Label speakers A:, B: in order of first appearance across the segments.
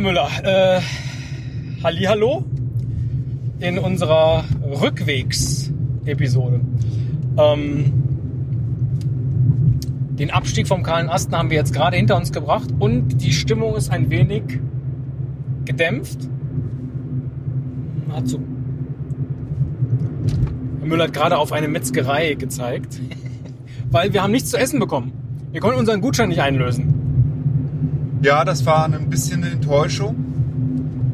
A: Müller, äh, Hallihallo in unserer Rückwegs-Episode. Ähm, den Abstieg vom kahlen Asten haben wir jetzt gerade hinter uns gebracht und die Stimmung ist ein wenig gedämpft. Hat so Herr Müller hat gerade auf eine Metzgerei gezeigt, weil wir haben nichts zu essen bekommen. Wir konnten unseren Gutschein nicht einlösen.
B: Ja, das war ein bisschen eine Enttäuschung,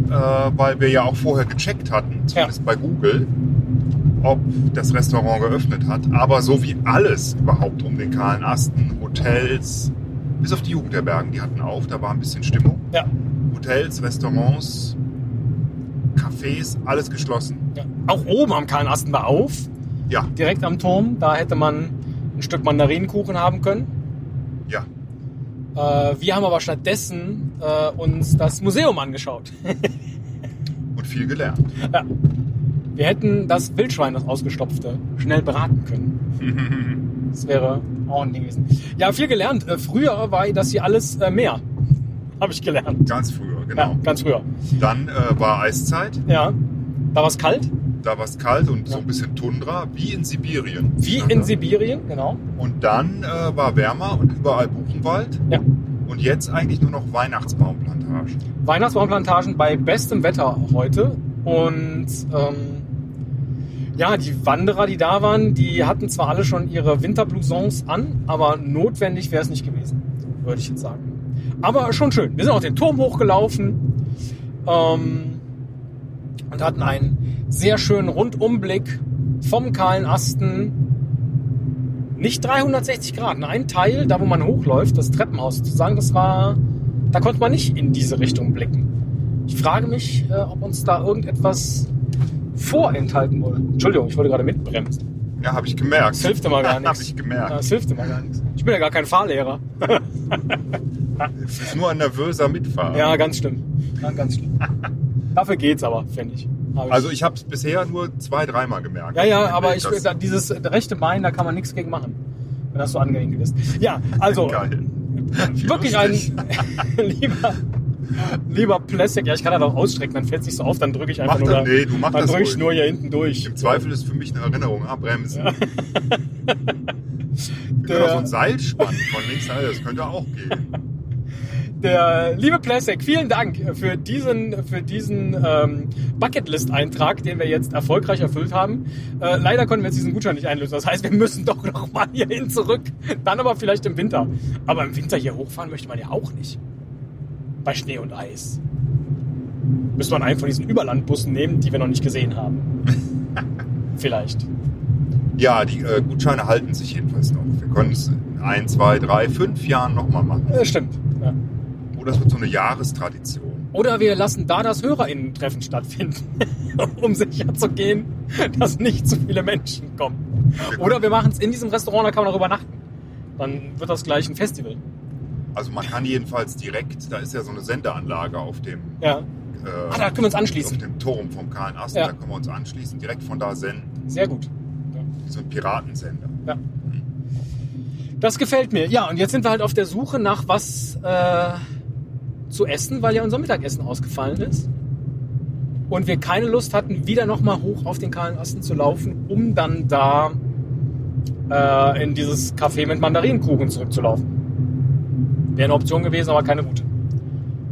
B: äh, weil wir ja auch vorher gecheckt hatten, zumindest bei Google, ob das Restaurant geöffnet hat. Aber so wie alles überhaupt um den kahlen Asten, Hotels, bis auf die Jugendherbergen, die hatten auf, da war ein bisschen Stimmung.
A: Ja.
B: Hotels, Restaurants, Cafés, alles geschlossen.
A: ja. Auch oben am kahlen Asten war auf,
B: Ja,
A: direkt am Turm. Da hätte man ein Stück Mandarinenkuchen haben können.
B: ja.
A: Äh, wir haben aber stattdessen äh, uns das Museum angeschaut.
B: Und viel gelernt.
A: Wir hätten das Wildschwein, das ausgestopfte, schnell braten können. Das wäre ordentlich gewesen. Ja, viel gelernt. Äh, früher war das hier alles äh, Meer. Habe ich gelernt.
B: Ganz früher,
A: Ja,
B: genau.
A: ganz früher.
B: Dann äh, war Eiszeit,
A: Ja. Da war es kalt.
B: da war es kalt und so
A: Ja.
B: ein bisschen Tundra, wie in Sibirien.
A: Wie in Sibirien, genau.
B: Und dann äh, war wärmer und überall Buchenwald.
A: Ja.
B: Und jetzt eigentlich nur noch Weihnachtsbaumplantagen.
A: Weihnachtsbaumplantagen bei bestem Wetter heute. Und ähm, ja, die Wanderer, die da waren, die hatten zwar alle schon ihre Winterblousons an, aber notwendig wäre es nicht gewesen, würde ich jetzt sagen. Aber schon schön. Wir sind auch den Turm hochgelaufen ähm, und hatten einen sehr schönen Rundumblick vom kahlen Asten. Nicht 360 Grad. ne? Ein Teil, da wo man hochläuft, das Treppenhaus sozusagen, das war da konnte man nicht in diese Richtung blicken. Ich frage mich, äh, ob uns da irgendetwas vorenthalten wurde. Entschuldigung, ich wollte gerade mitbremsen.
B: Ja, habe ich gemerkt.
A: Das hilft immer gar
B: Habe
A: nichts.
B: ich gemerkt.
A: Das hilft immer gar nichts. Ich bin ja gar kein Fahrlehrer.
B: Das ist nur ein nervöser Mitfahrer.
A: Ja, ganz schlimm. Ja, ganz schlimm. Dafür geht's aber, finde ich. Aber
B: Also ich habe es bisher nur zwei, dreimal gemerkt.
A: Ja, ja, aber ich,
B: Das-
A: dieses rechte Bein, da kann man nichts gegen machen, wenn das so angewinkelt ist. Ja, also
B: Geil. Wie
A: wirklich ein
B: lustig.
A: lieber, lieber Plastic. Ja, ich kann das auch ausstrecken, dann fällt es nicht so auf, dann drücke ich einfach
B: Mach
A: nur
B: das,
A: da-
B: nee, du mach
A: Dann
B: das
A: drücke ich
B: ruhig.
A: nur hier hinten durch.
B: Im Zweifel ist für mich eine Erinnerung, ah, bremsen. Wir können
A: Der-
B: auch so ein Seil spannen von links nach rechts, das könnte auch gehen.
A: Der liebe Plasek, vielen Dank für diesen, für diesen ähm, Bucketlist-Eintrag, den wir jetzt erfolgreich erfüllt haben. Äh, leider konnten wir jetzt diesen Gutschein nicht einlösen. Das heißt, wir müssen doch nochmal hierhin zurück. Dann aber vielleicht im Winter. Aber im Winter hier hochfahren möchte man ja auch nicht. Bei Schnee und Eis. Müsste man einen von diesen Überlandbussen nehmen, die wir noch nicht gesehen haben. vielleicht.
B: Ja, die äh, Gutscheine halten sich jedenfalls noch. Wir können es in ein, zwei, drei, fünf Jahren nochmal machen.
A: Äh, stimmt. Ja.
B: Oder es Oh, wird so eine Jahrestradition.
A: Oder wir lassen da das HörerInnen-Treffen stattfinden, um sicherzugehen, dass nicht zu viele Menschen kommen. Oder wir machen es in diesem Restaurant, da kann man auch übernachten. Dann wird das gleich ein Festival.
B: Also man kann jedenfalls direkt, da ist ja so eine Sendeanlage auf dem,
A: Ja.
B: äh,
A: Ah, da können wir uns
B: auf
A: anschließen.
B: dem Turm vom kahlen Ast.
A: Ja.
B: Da können wir uns anschließen, direkt von da senden.
A: Sehr gut.
B: Wie so ein Piratensender.
A: Das gefällt mir. Ja, und jetzt sind wir halt auf der Suche nach was äh, zu essen, weil ja unser Mittagessen ausgefallen ist. Und wir keine Lust hatten, wieder nochmal hoch auf den kahlen Asten zu laufen, um dann da äh, in dieses Café mit Mandarinenkuchen zurückzulaufen. Wäre eine Option gewesen, aber keine gute.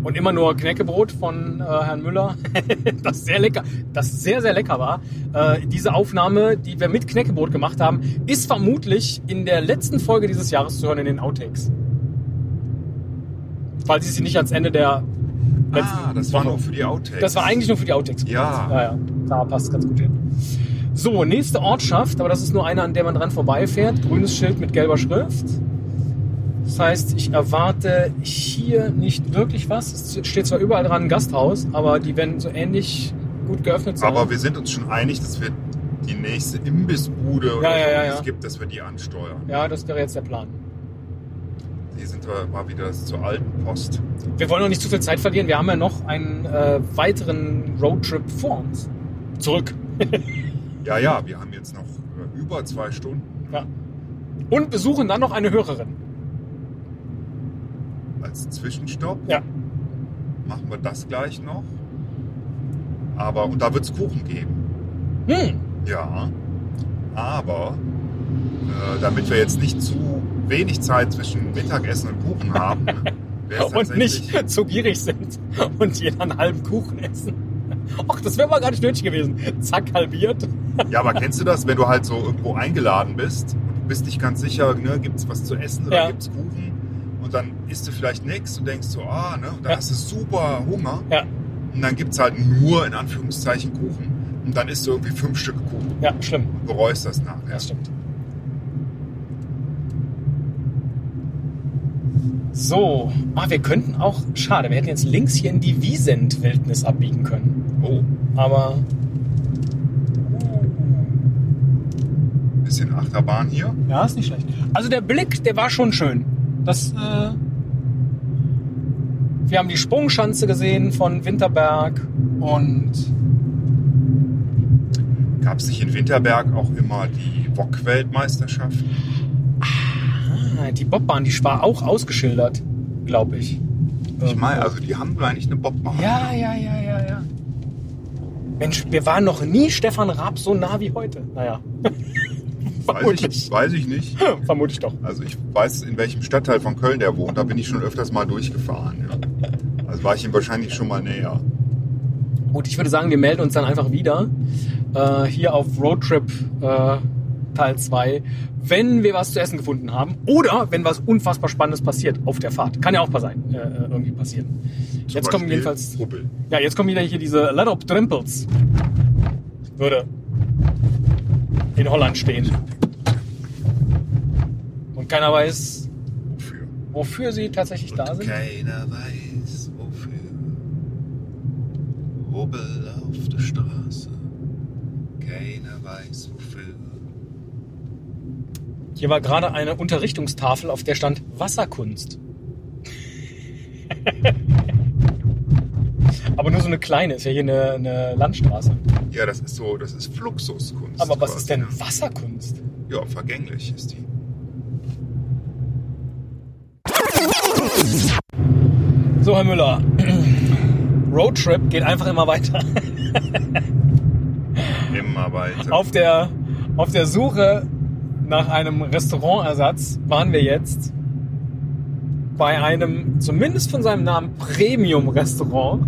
A: Und immer nur Knäckebrot von äh, Herrn Müller, das sehr lecker, das sehr, sehr lecker war. Äh, diese Aufnahme, die wir mit Knäckebrot gemacht haben, ist vermutlich in der letzten Folge dieses Jahres zu hören in den Outtakes. Falls ich sie nicht ans Ende der letzten
B: ah, das war
A: Woche-
B: nur für die Outtakes.
A: das war eigentlich nur für die Outtakes.
B: Ja.
A: ja, ja. Da passt es ganz gut hin. So, nächste Ortschaft, aber das ist nur eine, an der man dran vorbeifährt. Grünes Schild mit gelber Schrift. Das heißt, ich erwarte hier nicht wirklich was. Es steht zwar überall dran ein Gasthaus, aber die werden so ähnlich gut geöffnet sein.
B: Aber wir sind uns schon einig, dass wir die nächste Imbissbude oder
A: Ja, ja,
B: so,
A: ja,
B: die es
A: ja.
B: gibt, dass wir die ansteuern.
A: ja, das wäre jetzt der Plan.
B: Hier sind wir mal wieder zur alten Post.
A: Wir wollen noch nicht zu viel Zeit verlieren. Wir haben ja noch einen äh, weiteren Roadtrip vor uns. Zurück.
B: Ja, ja, wir haben jetzt noch äh, über zwei Stunden.
A: Und besuchen dann noch eine Hörerin.
B: Als Zwischenstopp
A: Ja.
B: machen wir das gleich noch. Aber, und da wird es Kuchen geben.
A: Hm.
B: Ja. Aber, äh, damit wir jetzt nicht zu wenig Zeit zwischen Mittagessen und Kuchen haben, wäre es
A: Und
B: tatsächlich-
A: nicht zu gierig sind und jeder einen halben Kuchen essen. Ach, das wäre mal gar nicht nötig gewesen. Zack, halbiert.
B: Ja, aber kennst du das, wenn du halt so irgendwo eingeladen bist und du bist nicht ganz sicher, ne, gibt es was zu essen oder
A: Ja.
B: gibt's gibt es Kuchen? Und dann isst du vielleicht nichts und denkst so, ah, ne, und dann
A: Ja.
B: hast du super Hunger.
A: Ja.
B: Und dann gibt es halt nur in Anführungszeichen Kuchen. Und dann isst du irgendwie fünf Stück Kuchen
A: Ja, schlimm.
B: und bereust das nachher.
A: Das stimmt. So, ah, wir könnten auch, schade, wir hätten jetzt links hier in die Wiesent-Wildnis abbiegen können.
B: Oh,
A: Aber
B: bisschen Achterbahn hier.
A: Ja, ist nicht schlecht. Also der Blick, der war schon schön. Das, äh, wir haben die Sprungschanze gesehen von Winterberg und
B: Gab es nicht in Winterberg auch immer die Wok-Weltmeisterschaft?
A: Ähm, ah, die Bobbahn, die war auch ausgeschildert, glaube ich. Ähm,
B: Ich meine, also die haben eigentlich eine Bobbahn.
A: Ja, ja, ja, ja, ja. Mensch, wir waren noch nie Stefan Raab so nah wie heute. Naja,
B: weiß, ich, weiß ich nicht.
A: vermutlich doch.
B: Also ich weiß, in welchem Stadtteil von Köln der wohnt. Da bin ich schon öfters mal durchgefahren. Ja. Also war ich ihm wahrscheinlich schon mal näher.
A: Gut, ich würde sagen, wir melden uns dann einfach wieder äh, hier auf Roadtrip äh, Teil 2, wenn wir was zu essen gefunden haben oder wenn was unfassbar Spannendes passiert auf der Fahrt. Kann ja auch mal sein, äh, äh, irgendwie passieren.
B: Zum
A: jetzt kommen
B: Beispiel
A: jedenfalls,
B: Ruppel.
A: ja, jetzt kommen wieder hier diese Ladop Trimpels. Würde in Holland stehen. Und keiner weiß,
B: Wofür?
A: wofür sie tatsächlich da
B: Und
A: sind.
B: keiner weiß wofür. Rubbel auf der Straße. Keiner weiß wofür.
A: Hier war gerade eine Unterrichtungstafel, auf der stand Wasserkunst. Aber nur so eine kleine, ist ja hier eine, eine Landstraße.
B: Ja, das ist so, das ist Fluxuskunst.
A: Aber was
B: quasi,
A: ist denn
B: ne?
A: Wasserkunst?
B: Ja, vergänglich ist die.
A: So, Herr Müller, Roadtrip geht einfach immer weiter.
B: Immer weiter.
A: Auf der, auf der Suche nach einem Restaurantersatz waren wir jetzt bei einem, zumindest von seinem Namen, Premium-Restaurant.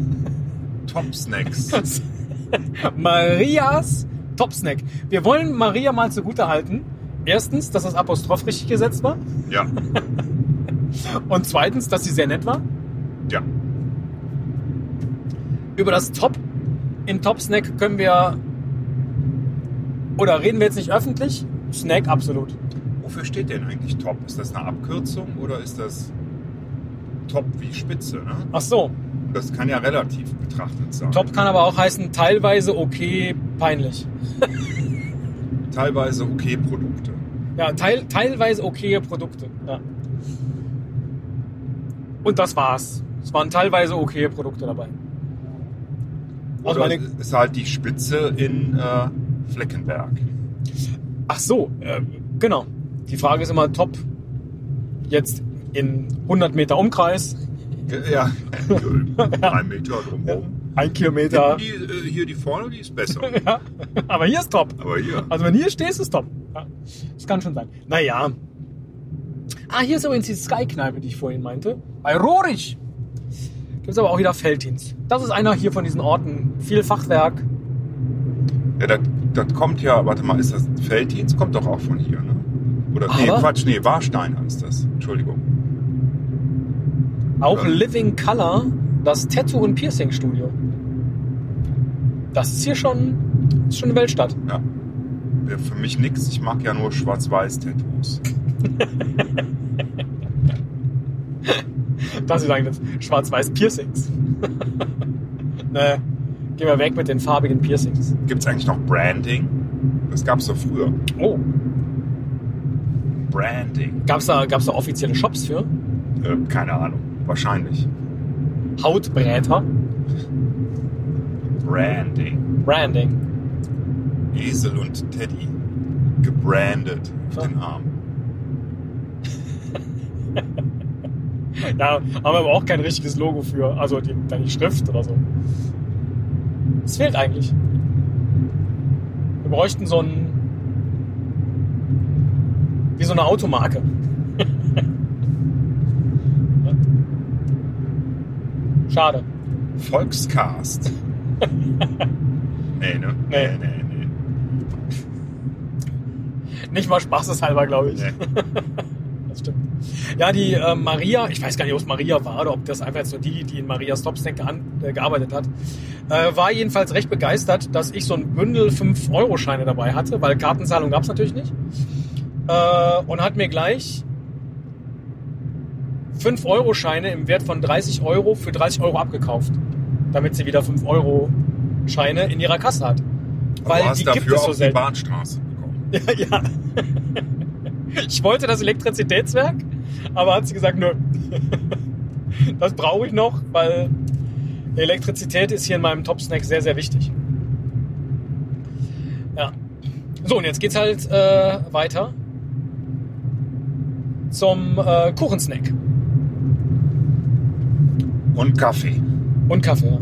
B: Top Snacks.
A: Das- Marias Topsnack. Wir wollen Maria mal zugute halten. Erstens, dass das Apostroph richtig gesetzt war.
B: Ja,
A: Und zweitens, dass sie sehr nett war.
B: ja.
A: Über das Top in Topsnack können wir. Oder reden wir jetzt nicht öffentlich? Snack absolut.
B: Wofür steht denn eigentlich Top? Ist das eine Abkürzung oder ist das Top wie Spitze? Ne?
A: Ach so.
B: Und Das kann ja relativ betrachtet sein.
A: Top kann aber auch heißen, teilweise okay, peinlich.
B: Teilweise okay Produkte.
A: Ja, teil, teilweise okaye Produkte. Ja. Und das war's. Es waren teilweise okaye Produkte dabei. Also
B: Oder
A: meine-
B: es ist halt die Spitze in äh, Fleckenberg.
A: Ach so, äh, genau. Die Frage ist immer top. Jetzt in 100 Meter Umkreis,
B: Ge- Äh, Ja, ein Meter drumherum.
A: ein Kilometer.
B: Die, äh, hier die vorne, die ist besser.
A: Ja, aber hier ist top.
B: Aber hier.
A: Also wenn hier stehst, ist top. Ja, das kann schon sein. Naja. Ah, hier ist übrigens die Sky-Kneipe, die ich vorhin meinte. Bei Rohrig. Gibt es aber auch wieder Felddienst. Das ist einer hier von diesen Orten. Viel Fachwerk.
B: Ja, das, das kommt ja, warte mal, ist das Felddienst? Kommt doch auch von hier, ne? Oder, nee,
A: Aber-
B: Quatsch, nee, Warsteiner ist das. Entschuldigung.
A: Auch
B: Ja.
A: Living Color, das Tattoo- und Piercing-Studio. Das ist hier schon, ist schon eine Weltstadt.
B: Ja. Wäre Für mich nix. Ich mag ja nur Schwarz-Weiß-Tattoos.
A: dass sie sagen jetzt schwarz-weiß Piercings. ne, gehen wir weg mit den farbigen Piercings.
B: Gibt es eigentlich noch Branding? Das gab es doch früher.
A: Oh,
B: Branding.
A: gab's da, gab's da offizielle Shops für?
B: Äh, keine Ahnung. Wahrscheinlich.
A: Hautbräter,
B: Branding.
A: Branding.
B: Esel und Teddy. Gebrandet auf
A: Ja.
B: den Arm.
A: Da haben wir aber auch kein richtiges Logo für. Also die, dann die Schrift oder so. Es fehlt eigentlich. Wir bräuchten so ein. wie so eine Automarke. Schade.
B: Volkscast. nee, ne?
A: Nee.
B: nee, nee.
A: Nicht mal spaßeshalber, glaube ich.
B: nee.
A: Das stimmt. Ja, die äh, Maria, ich weiß gar nicht, ob es Maria war oder ob das einfach jetzt nur die, die in Maria Stopsnack gean- äh, gearbeitet hat, äh, war jedenfalls recht begeistert, dass ich so ein Bündel 5-Euro-Scheine dabei hatte, weil Kartenzahlung gab es natürlich nicht. Äh, und hat mir gleich 5-Euro-Scheine im Wert von 30 Euro für 30 Euro abgekauft, damit sie wieder 5-Euro-Scheine in ihrer Kasse hat. Weil
B: du hast
A: die
B: dafür
A: gibt es
B: auch
A: so selten.
B: die Bahnstraße bekommen.
A: Ja, ja. Ich wollte das Elektrizitätswerk, aber hat sie gesagt, nö. Das brauche ich noch, weil Elektrizität ist hier in meinem Top-Snack sehr, sehr wichtig. Ja. So, und jetzt geht's halt äh, weiter zum äh, Kuchensnack
B: Und Kaffee.
A: und Kaffee. ja.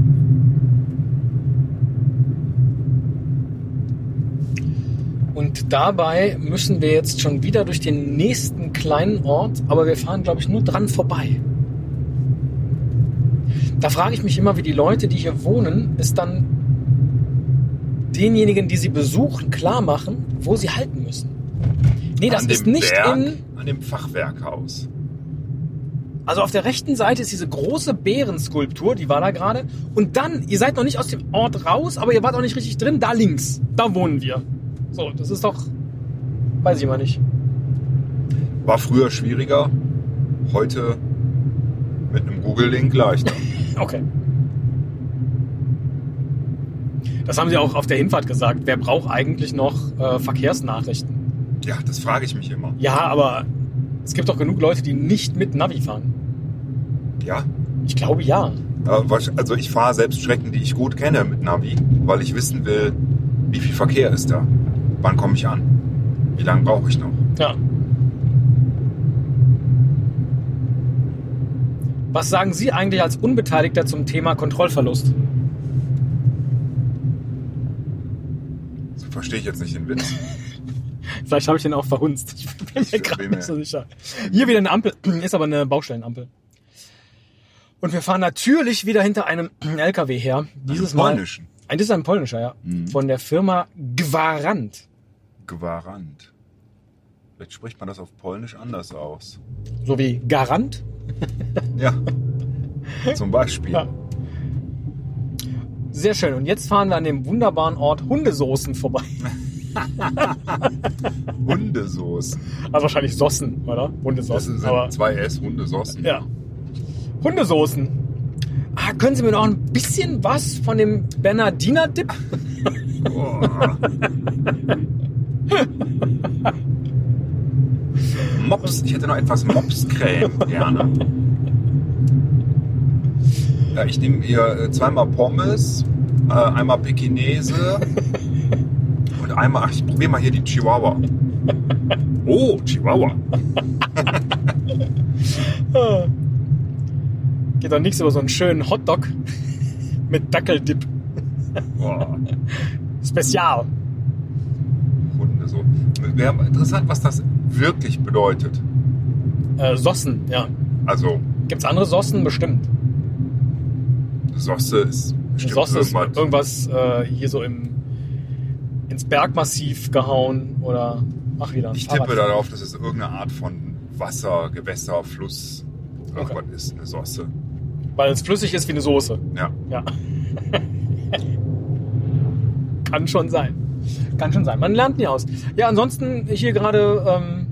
A: Und dabei müssen wir jetzt schon wieder durch den nächsten kleinen Ort, aber wir fahren, glaube ich, nur dran vorbei. Da frage ich mich immer, wie die Leute, die hier wohnen, es dann denjenigen, die sie besuchen, klar machen, wo sie halten müssen. Nee, das
B: an
A: ist
B: dem
A: nicht
B: Werk,
A: in.
B: An dem Fachwerkhaus.
A: Also auf der rechten Seite ist diese große Bärenskulptur, die war da gerade. Und dann, ihr seid noch nicht aus dem Ort raus, aber ihr wart auch nicht richtig drin. Da links, da wohnen wir. So, das ist doch, weiß ich mal nicht.
B: War früher schwieriger, heute mit einem Google-Link leichter.
A: Okay. Das haben sie auch auf der Hinfahrt gesagt. Wer braucht eigentlich noch äh, Verkehrsnachrichten?
B: ja, das frage ich mich immer.
A: Ja, aber es gibt doch genug Leute, die nicht mit Navi fahren.
B: Ja,
A: Ich glaube ja.
B: Äh, wasch- Also ich fahre selbst Strecken, die ich gut kenne mit Navi, weil ich wissen will, wie viel Verkehr ist da. Wann komme ich an? Wie lange brauche ich noch?
A: Ja. Was sagen Sie eigentlich als Unbeteiligter zum Thema Kontrollverlust?
B: Das verstehe ich jetzt nicht den Witz.
A: Vielleicht habe ich den auch verhunzt. Ich bin mir
B: Ich
A: gerade
B: bin
A: nicht
B: mir-
A: so sicher. Hier wieder eine Ampel. Ist aber eine Baustellenampel. Und wir fahren natürlich wieder hinter einem LKW her. Dieses
B: Im
A: Mal.
B: Polnischen.
A: Ein, das ist ein polnischer, ja. Von der Firma Gwarant.
B: Gwarant. Vielleicht spricht man das auf Polnisch anders aus.
A: So wie Garant.
B: Ja. Zum Beispiel.
A: Ja. Sehr schön. Und jetzt fahren wir an dem wunderbaren Ort Hundesoßen vorbei.
B: Hundesoßen.
A: Also wahrscheinlich Sossen, oder?
B: Das
A: Hundesoßen.
B: sind
A: aber-
B: zwei S Hundesoßen.
A: Ja. Hundesoßen. Ah, können Sie mir noch ein bisschen was von dem Bernardiner-Dip?
B: Oh. Mops, ich hätte noch etwas Mopscreme gerne. Ja, ich nehme hier äh, zweimal Pommes, äh, einmal Pekinese und einmal, ach, ich probiere mal hier die Chihuahua. Oh, Chihuahua.
A: Ah. Geht doch nichts über so einen schönen Hotdog mit Dackeldip.
B: Oh,
A: Spezial.
B: Hunde so. Wäre interessant, was das wirklich bedeutet.
A: Äh, Sossen, ja.
B: Also,
A: Gibt's andere Sossen? Bestimmt.
B: Soße ist
A: Eine
B: bestimmt
A: Sosse ist
B: irgendwas.
A: irgendwas äh, hier so im, ins Bergmassiv gehauen oder. Ach, wieder. ein
B: Ich
A: Fahrrad.
B: tippe darauf, dass es irgendeine Art von Wasser, Gewässer, Fluss, irgendwas
A: Okay.
B: ist, eine Soße.
A: Weil es flüssig ist wie eine Soße.
B: Ja.
A: Ja. Kann schon sein. Kann schon sein. Man lernt nie aus. Ja, ansonsten hier gerade, ähm,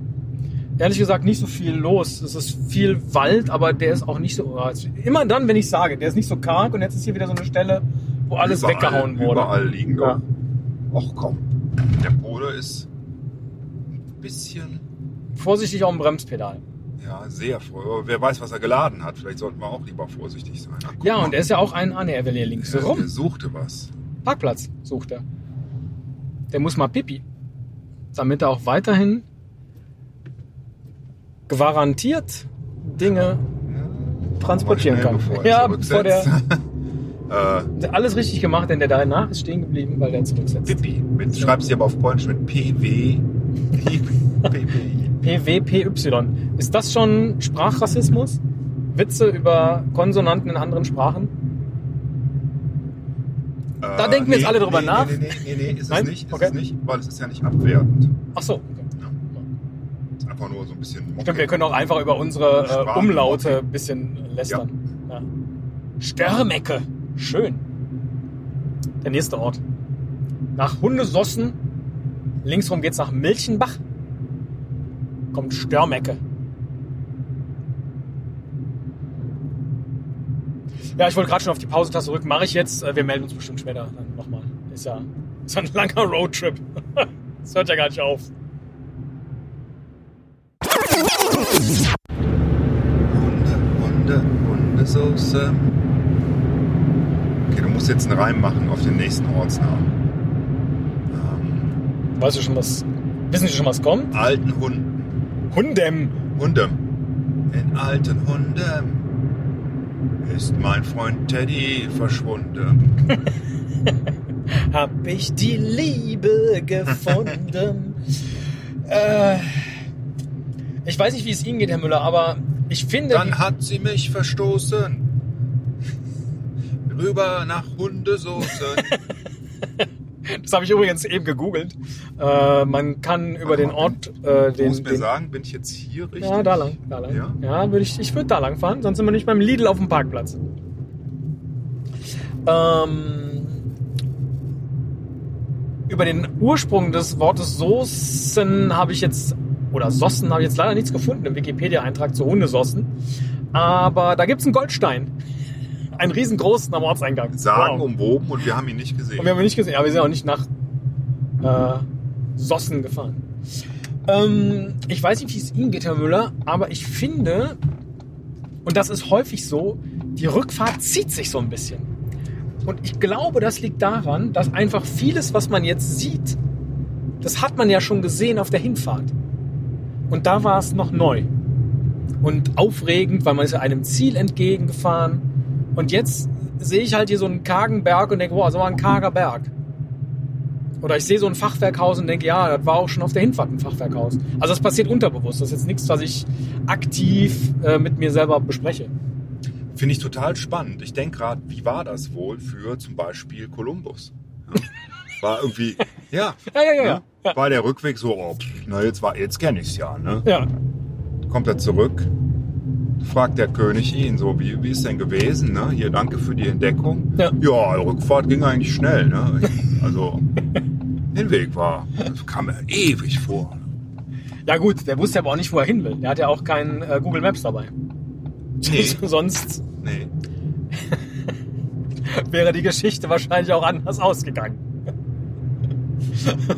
A: ehrlich gesagt, nicht so viel los. Es ist viel Wald, aber der ist auch nicht so. ah, Immer dann, wenn ich sage, der ist nicht so karg und jetzt ist hier wieder so eine Stelle, wo alles
B: Überall-
A: weggehauen wurde.
B: Überall liegen
A: Ja.
B: doch. Och komm. Der Pole ist ein bisschen,
A: Vorsichtig auf dem Bremspedal.
B: ja, sehr voll. Aber Wer weiß, was er geladen hat. Vielleicht sollten wir auch lieber vorsichtig sein. Ach, guck
A: Ja,
B: mal.
A: und er ist ja auch ein Annäherwelle links.
B: Der- Der
A: Rum.
B: suchte was.
A: Parkplatz sucht er. Der muss mal pipi. Damit er auch weiterhin garantiert Dinge
B: Ja,
A: transportieren kann.
B: Bevor
A: ja,
B: ja,
A: bevor der
B: äh,
A: alles richtig gemacht, denn der danach ist stehen geblieben, weil der zurücksetzt.
B: Pippi. Mit, schreibst du aber auf Polnisch mit PW. PPI.
A: PWPY. Ist das schon Sprachrassismus? Witze über Konsonanten in anderen Sprachen? Da
B: Äh,
A: denken wir jetzt alle drüber
B: nee,
A: nach.
B: Nee, nee, nee, nee, nee ist
A: Nein?
B: es nicht, ist
A: Okay.
B: es nicht, weil es ist ja nicht abwertend.
A: Ach so.
B: Es ist einfach nur so ein bisschen Mocking.
A: Stimmt, wir können auch einfach über unsere äh,
B: Sprachen-
A: Umlaute ein bisschen lästern. Ja. Störmecke. Schön. Der nächste Ort. Nach Hundesossen. Linksrum geht's nach Milchenbach. Kommt Störmecke. Ja, ich wollte gerade schon auf die Pausetaste zurück. Mache ich jetzt. Äh, Wir melden uns bestimmt später dann nochmal. Ist ja, ist ja ein langer Roadtrip. das hört ja gar nicht auf.
B: Hunde, Hunde, Hundesoße. Okay, du musst jetzt einen Reim machen auf den nächsten Ortsnamen. Ähm,
A: Weißt du schon, was. Wissen Sie schon, was kommt?
B: alten Hunden.
A: Hundem.
B: Hundem. In alten Hundem ist mein Freund Teddy verschwunden.
A: Hab ich die Liebe gefunden. äh, ich weiß nicht, wie es Ihnen geht, Herr Müller, aber ich finde.
B: Dann hat sie mich verstoßen. Rüber nach Hundesoße.
A: das habe ich übrigens eben gegoogelt. Äh, man kann über den Ort. Äh,
B: Du
A: den,
B: musst mir
A: den,
B: sagen, bin ich jetzt hier richtig?
A: ja, da lang. Da lang.
B: Ja?
A: würde ich, ich würde da lang fahren, sonst sind wir nicht beim Lidl auf dem Parkplatz. Ähm, über den Ursprung des Wortes Soßen habe ich jetzt, oder Sossen habe ich jetzt leider nichts gefunden im Wikipedia-Eintrag zu Hundesossen. Aber da gibt es einen Goldstein. Einen riesengroßen am Ortseingang.
B: Sagen
A: Wow.
B: umwoben und wir haben ihn nicht gesehen.
A: Und wir haben ihn nicht gesehen, aber wir sind auch nicht nach äh, Sossen gefahren. Ähm, ich weiß nicht, wie es Ihnen geht, Herr Müller, aber ich finde, und das ist häufig so, die Rückfahrt zieht sich so ein bisschen. Und ich glaube, das liegt daran, dass einfach vieles, was man jetzt sieht, das hat man ja schon gesehen auf der Hinfahrt. Und da war es noch neu und aufregend, weil man ist ja einem Ziel entgegengefahren. Und jetzt sehe ich halt hier so einen kargen Berg und denke, wow, das war ein karger Berg. Oder ich sehe so ein Fachwerkhaus und denke, ja, das war auch schon auf der Hinfahrt ein Fachwerkhaus. Also das passiert unterbewusst. Das ist jetzt nichts, was ich aktiv äh, mit mir selber bespreche.
B: Finde ich total spannend. Ich denke gerade, wie war das wohl für zum Beispiel Kolumbus? Ja? War irgendwie, ja,
A: Ja, ja, ja, ja.
B: ne? war der Rückweg so, oh, pff, na jetzt war, jetzt kenne ich es ja. Ne?
A: Ja,
B: Kommt er zurück, fragt der König ihn so, wie, wie ist denn gewesen? Ne? Hier, danke für die Entdeckung.
A: Ja.
B: ja, Rückfahrt ging eigentlich schnell. Ne? Also, Hinweg war, das kam mir ewig vor.
A: ja gut, der wusste aber auch nicht, wo er hin will. Der hat ja auch keinen äh, Google Maps dabei.
B: Nee.
A: Sonst
B: Nee.
A: wäre die Geschichte wahrscheinlich auch anders ausgegangen.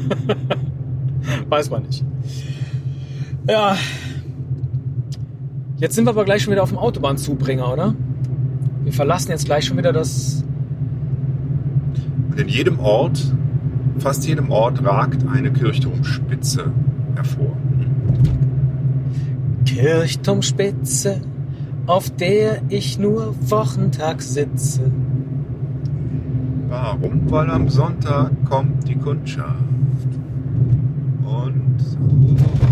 A: Weiß man nicht. Ja. Jetzt sind wir aber gleich schon wieder auf dem Autobahnzubringer, oder? Wir verlassen jetzt gleich schon wieder das.
B: Und in jedem Ort, fast jedem Ort, ragt eine Kirchturmspitze hervor.
A: Kirchturmspitze, auf der ich nur Wochentag sitze.
B: Warum? Weil am Sonntag kommt die Kundschaft. Und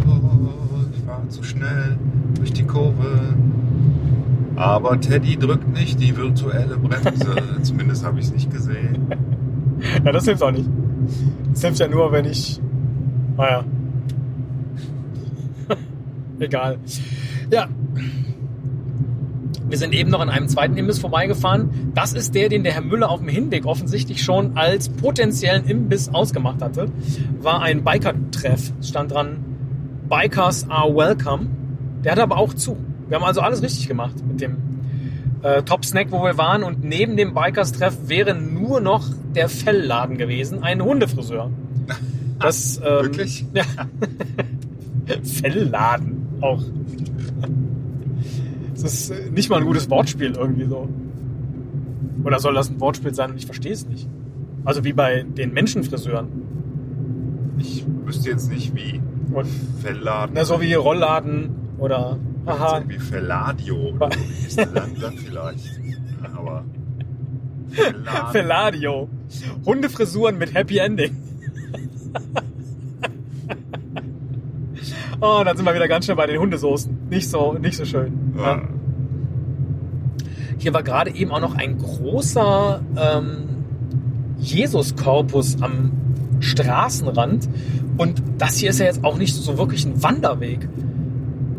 B: oh, ich fahre zu schnell durch die Kurve. Aber Teddy drückt nicht die virtuelle Bremse. Zumindest habe ich es nicht gesehen.
A: Ja, das hilft auch nicht. Das hilft ja nur, wenn ich. ah Naja. Egal. Ja. Wir sind eben noch an einem zweiten Imbiss vorbeigefahren. Das ist der, den der Herr Müller auf dem Hinweg offensichtlich schon als potenziellen Imbiss ausgemacht hatte. War ein Biker-Treff. Es Stand dran, Bikers are welcome. Der hat aber auch zu. Wir haben also alles richtig gemacht mit dem äh, Top Snack, wo wir waren. Und neben dem Bikers-Treff wäre nur noch der Fellladen gewesen, ein Hundefriseur. Das, ähm,
B: Wirklich?
A: Ja. Fellladen auch. Das ist äh, nicht mal ein gutes Wortspiel irgendwie so. Oder soll das ein Wortspiel sein und ich verstehe es nicht? Also wie bei den Menschenfriseuren.
B: Ich wüsste jetzt nicht wie.
A: Und,
B: Fellladen.
A: na, so wie Rollladen oder Aha.
B: Jetzt irgendwie Felladio oder so hieß der Landwirt vielleicht. Aber
A: Felladio.
B: Felladio.
A: Hundefrisuren mit Happy Ending. oh, dann sind wir wieder ganz schnell bei den Hundesoßen. Nicht so, nicht so schön. Ja.
B: Ja.
A: Hier war gerade eben auch noch ein großer ähm, Jesuskorpus am Straßenrand. Und das hier ist ja jetzt auch nicht so wirklich ein Wanderweg.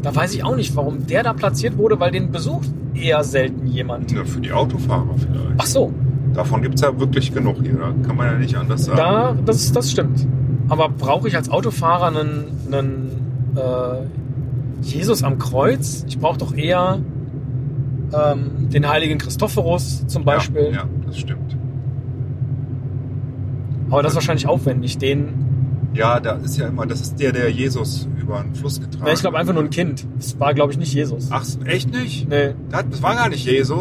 A: Da weiß ich auch nicht, warum der da platziert wurde, weil den besucht eher selten jemand.
B: Na, für die Autofahrer vielleicht.
A: Ach so,
B: Davon gibt es ja wirklich genug hier. Da kann man ja nicht anders sagen.
A: da, das, das stimmt. Aber brauche ich als Autofahrer einen, einen äh, Jesus am Kreuz? Ich brauche doch eher ähm, den heiligen Christophorus zum Beispiel.
B: Ja, ja das stimmt.
A: Aber das ist wahrscheinlich aufwendig, den.
B: Ja, da ist ja immer, das ist der, der Jesus über den Fluss getragen
A: Na, ich glaube einfach nur ein Kind. Das war, glaube ich, nicht Jesus.
B: Ach, echt nicht?
A: Nee.
B: Das das war gar nicht Jesus.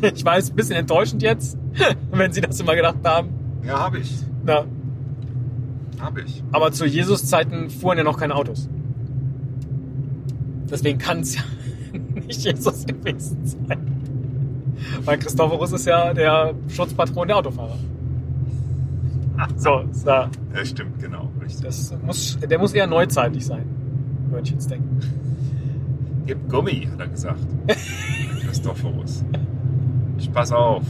A: Nee. Ich weiß, ein bisschen enttäuschend jetzt, wenn Sie das immer gedacht haben.
B: Ja, habe ich.
A: Na,
B: Habe ich.
A: aber zu Jesus-Zeiten fuhren ja noch keine Autos. Deswegen kann es ja nicht Jesus gewesen sein. Weil Christophorus ist ja der Schutzpatron der Autofahrer. So, ist da.
B: Ja, stimmt, genau. Richtig.
A: Das muss, der muss eher neuzeitlich sein, würde ich jetzt denken.
B: Gib Gummi, hat er gesagt. Christophorus. Ich pass auf.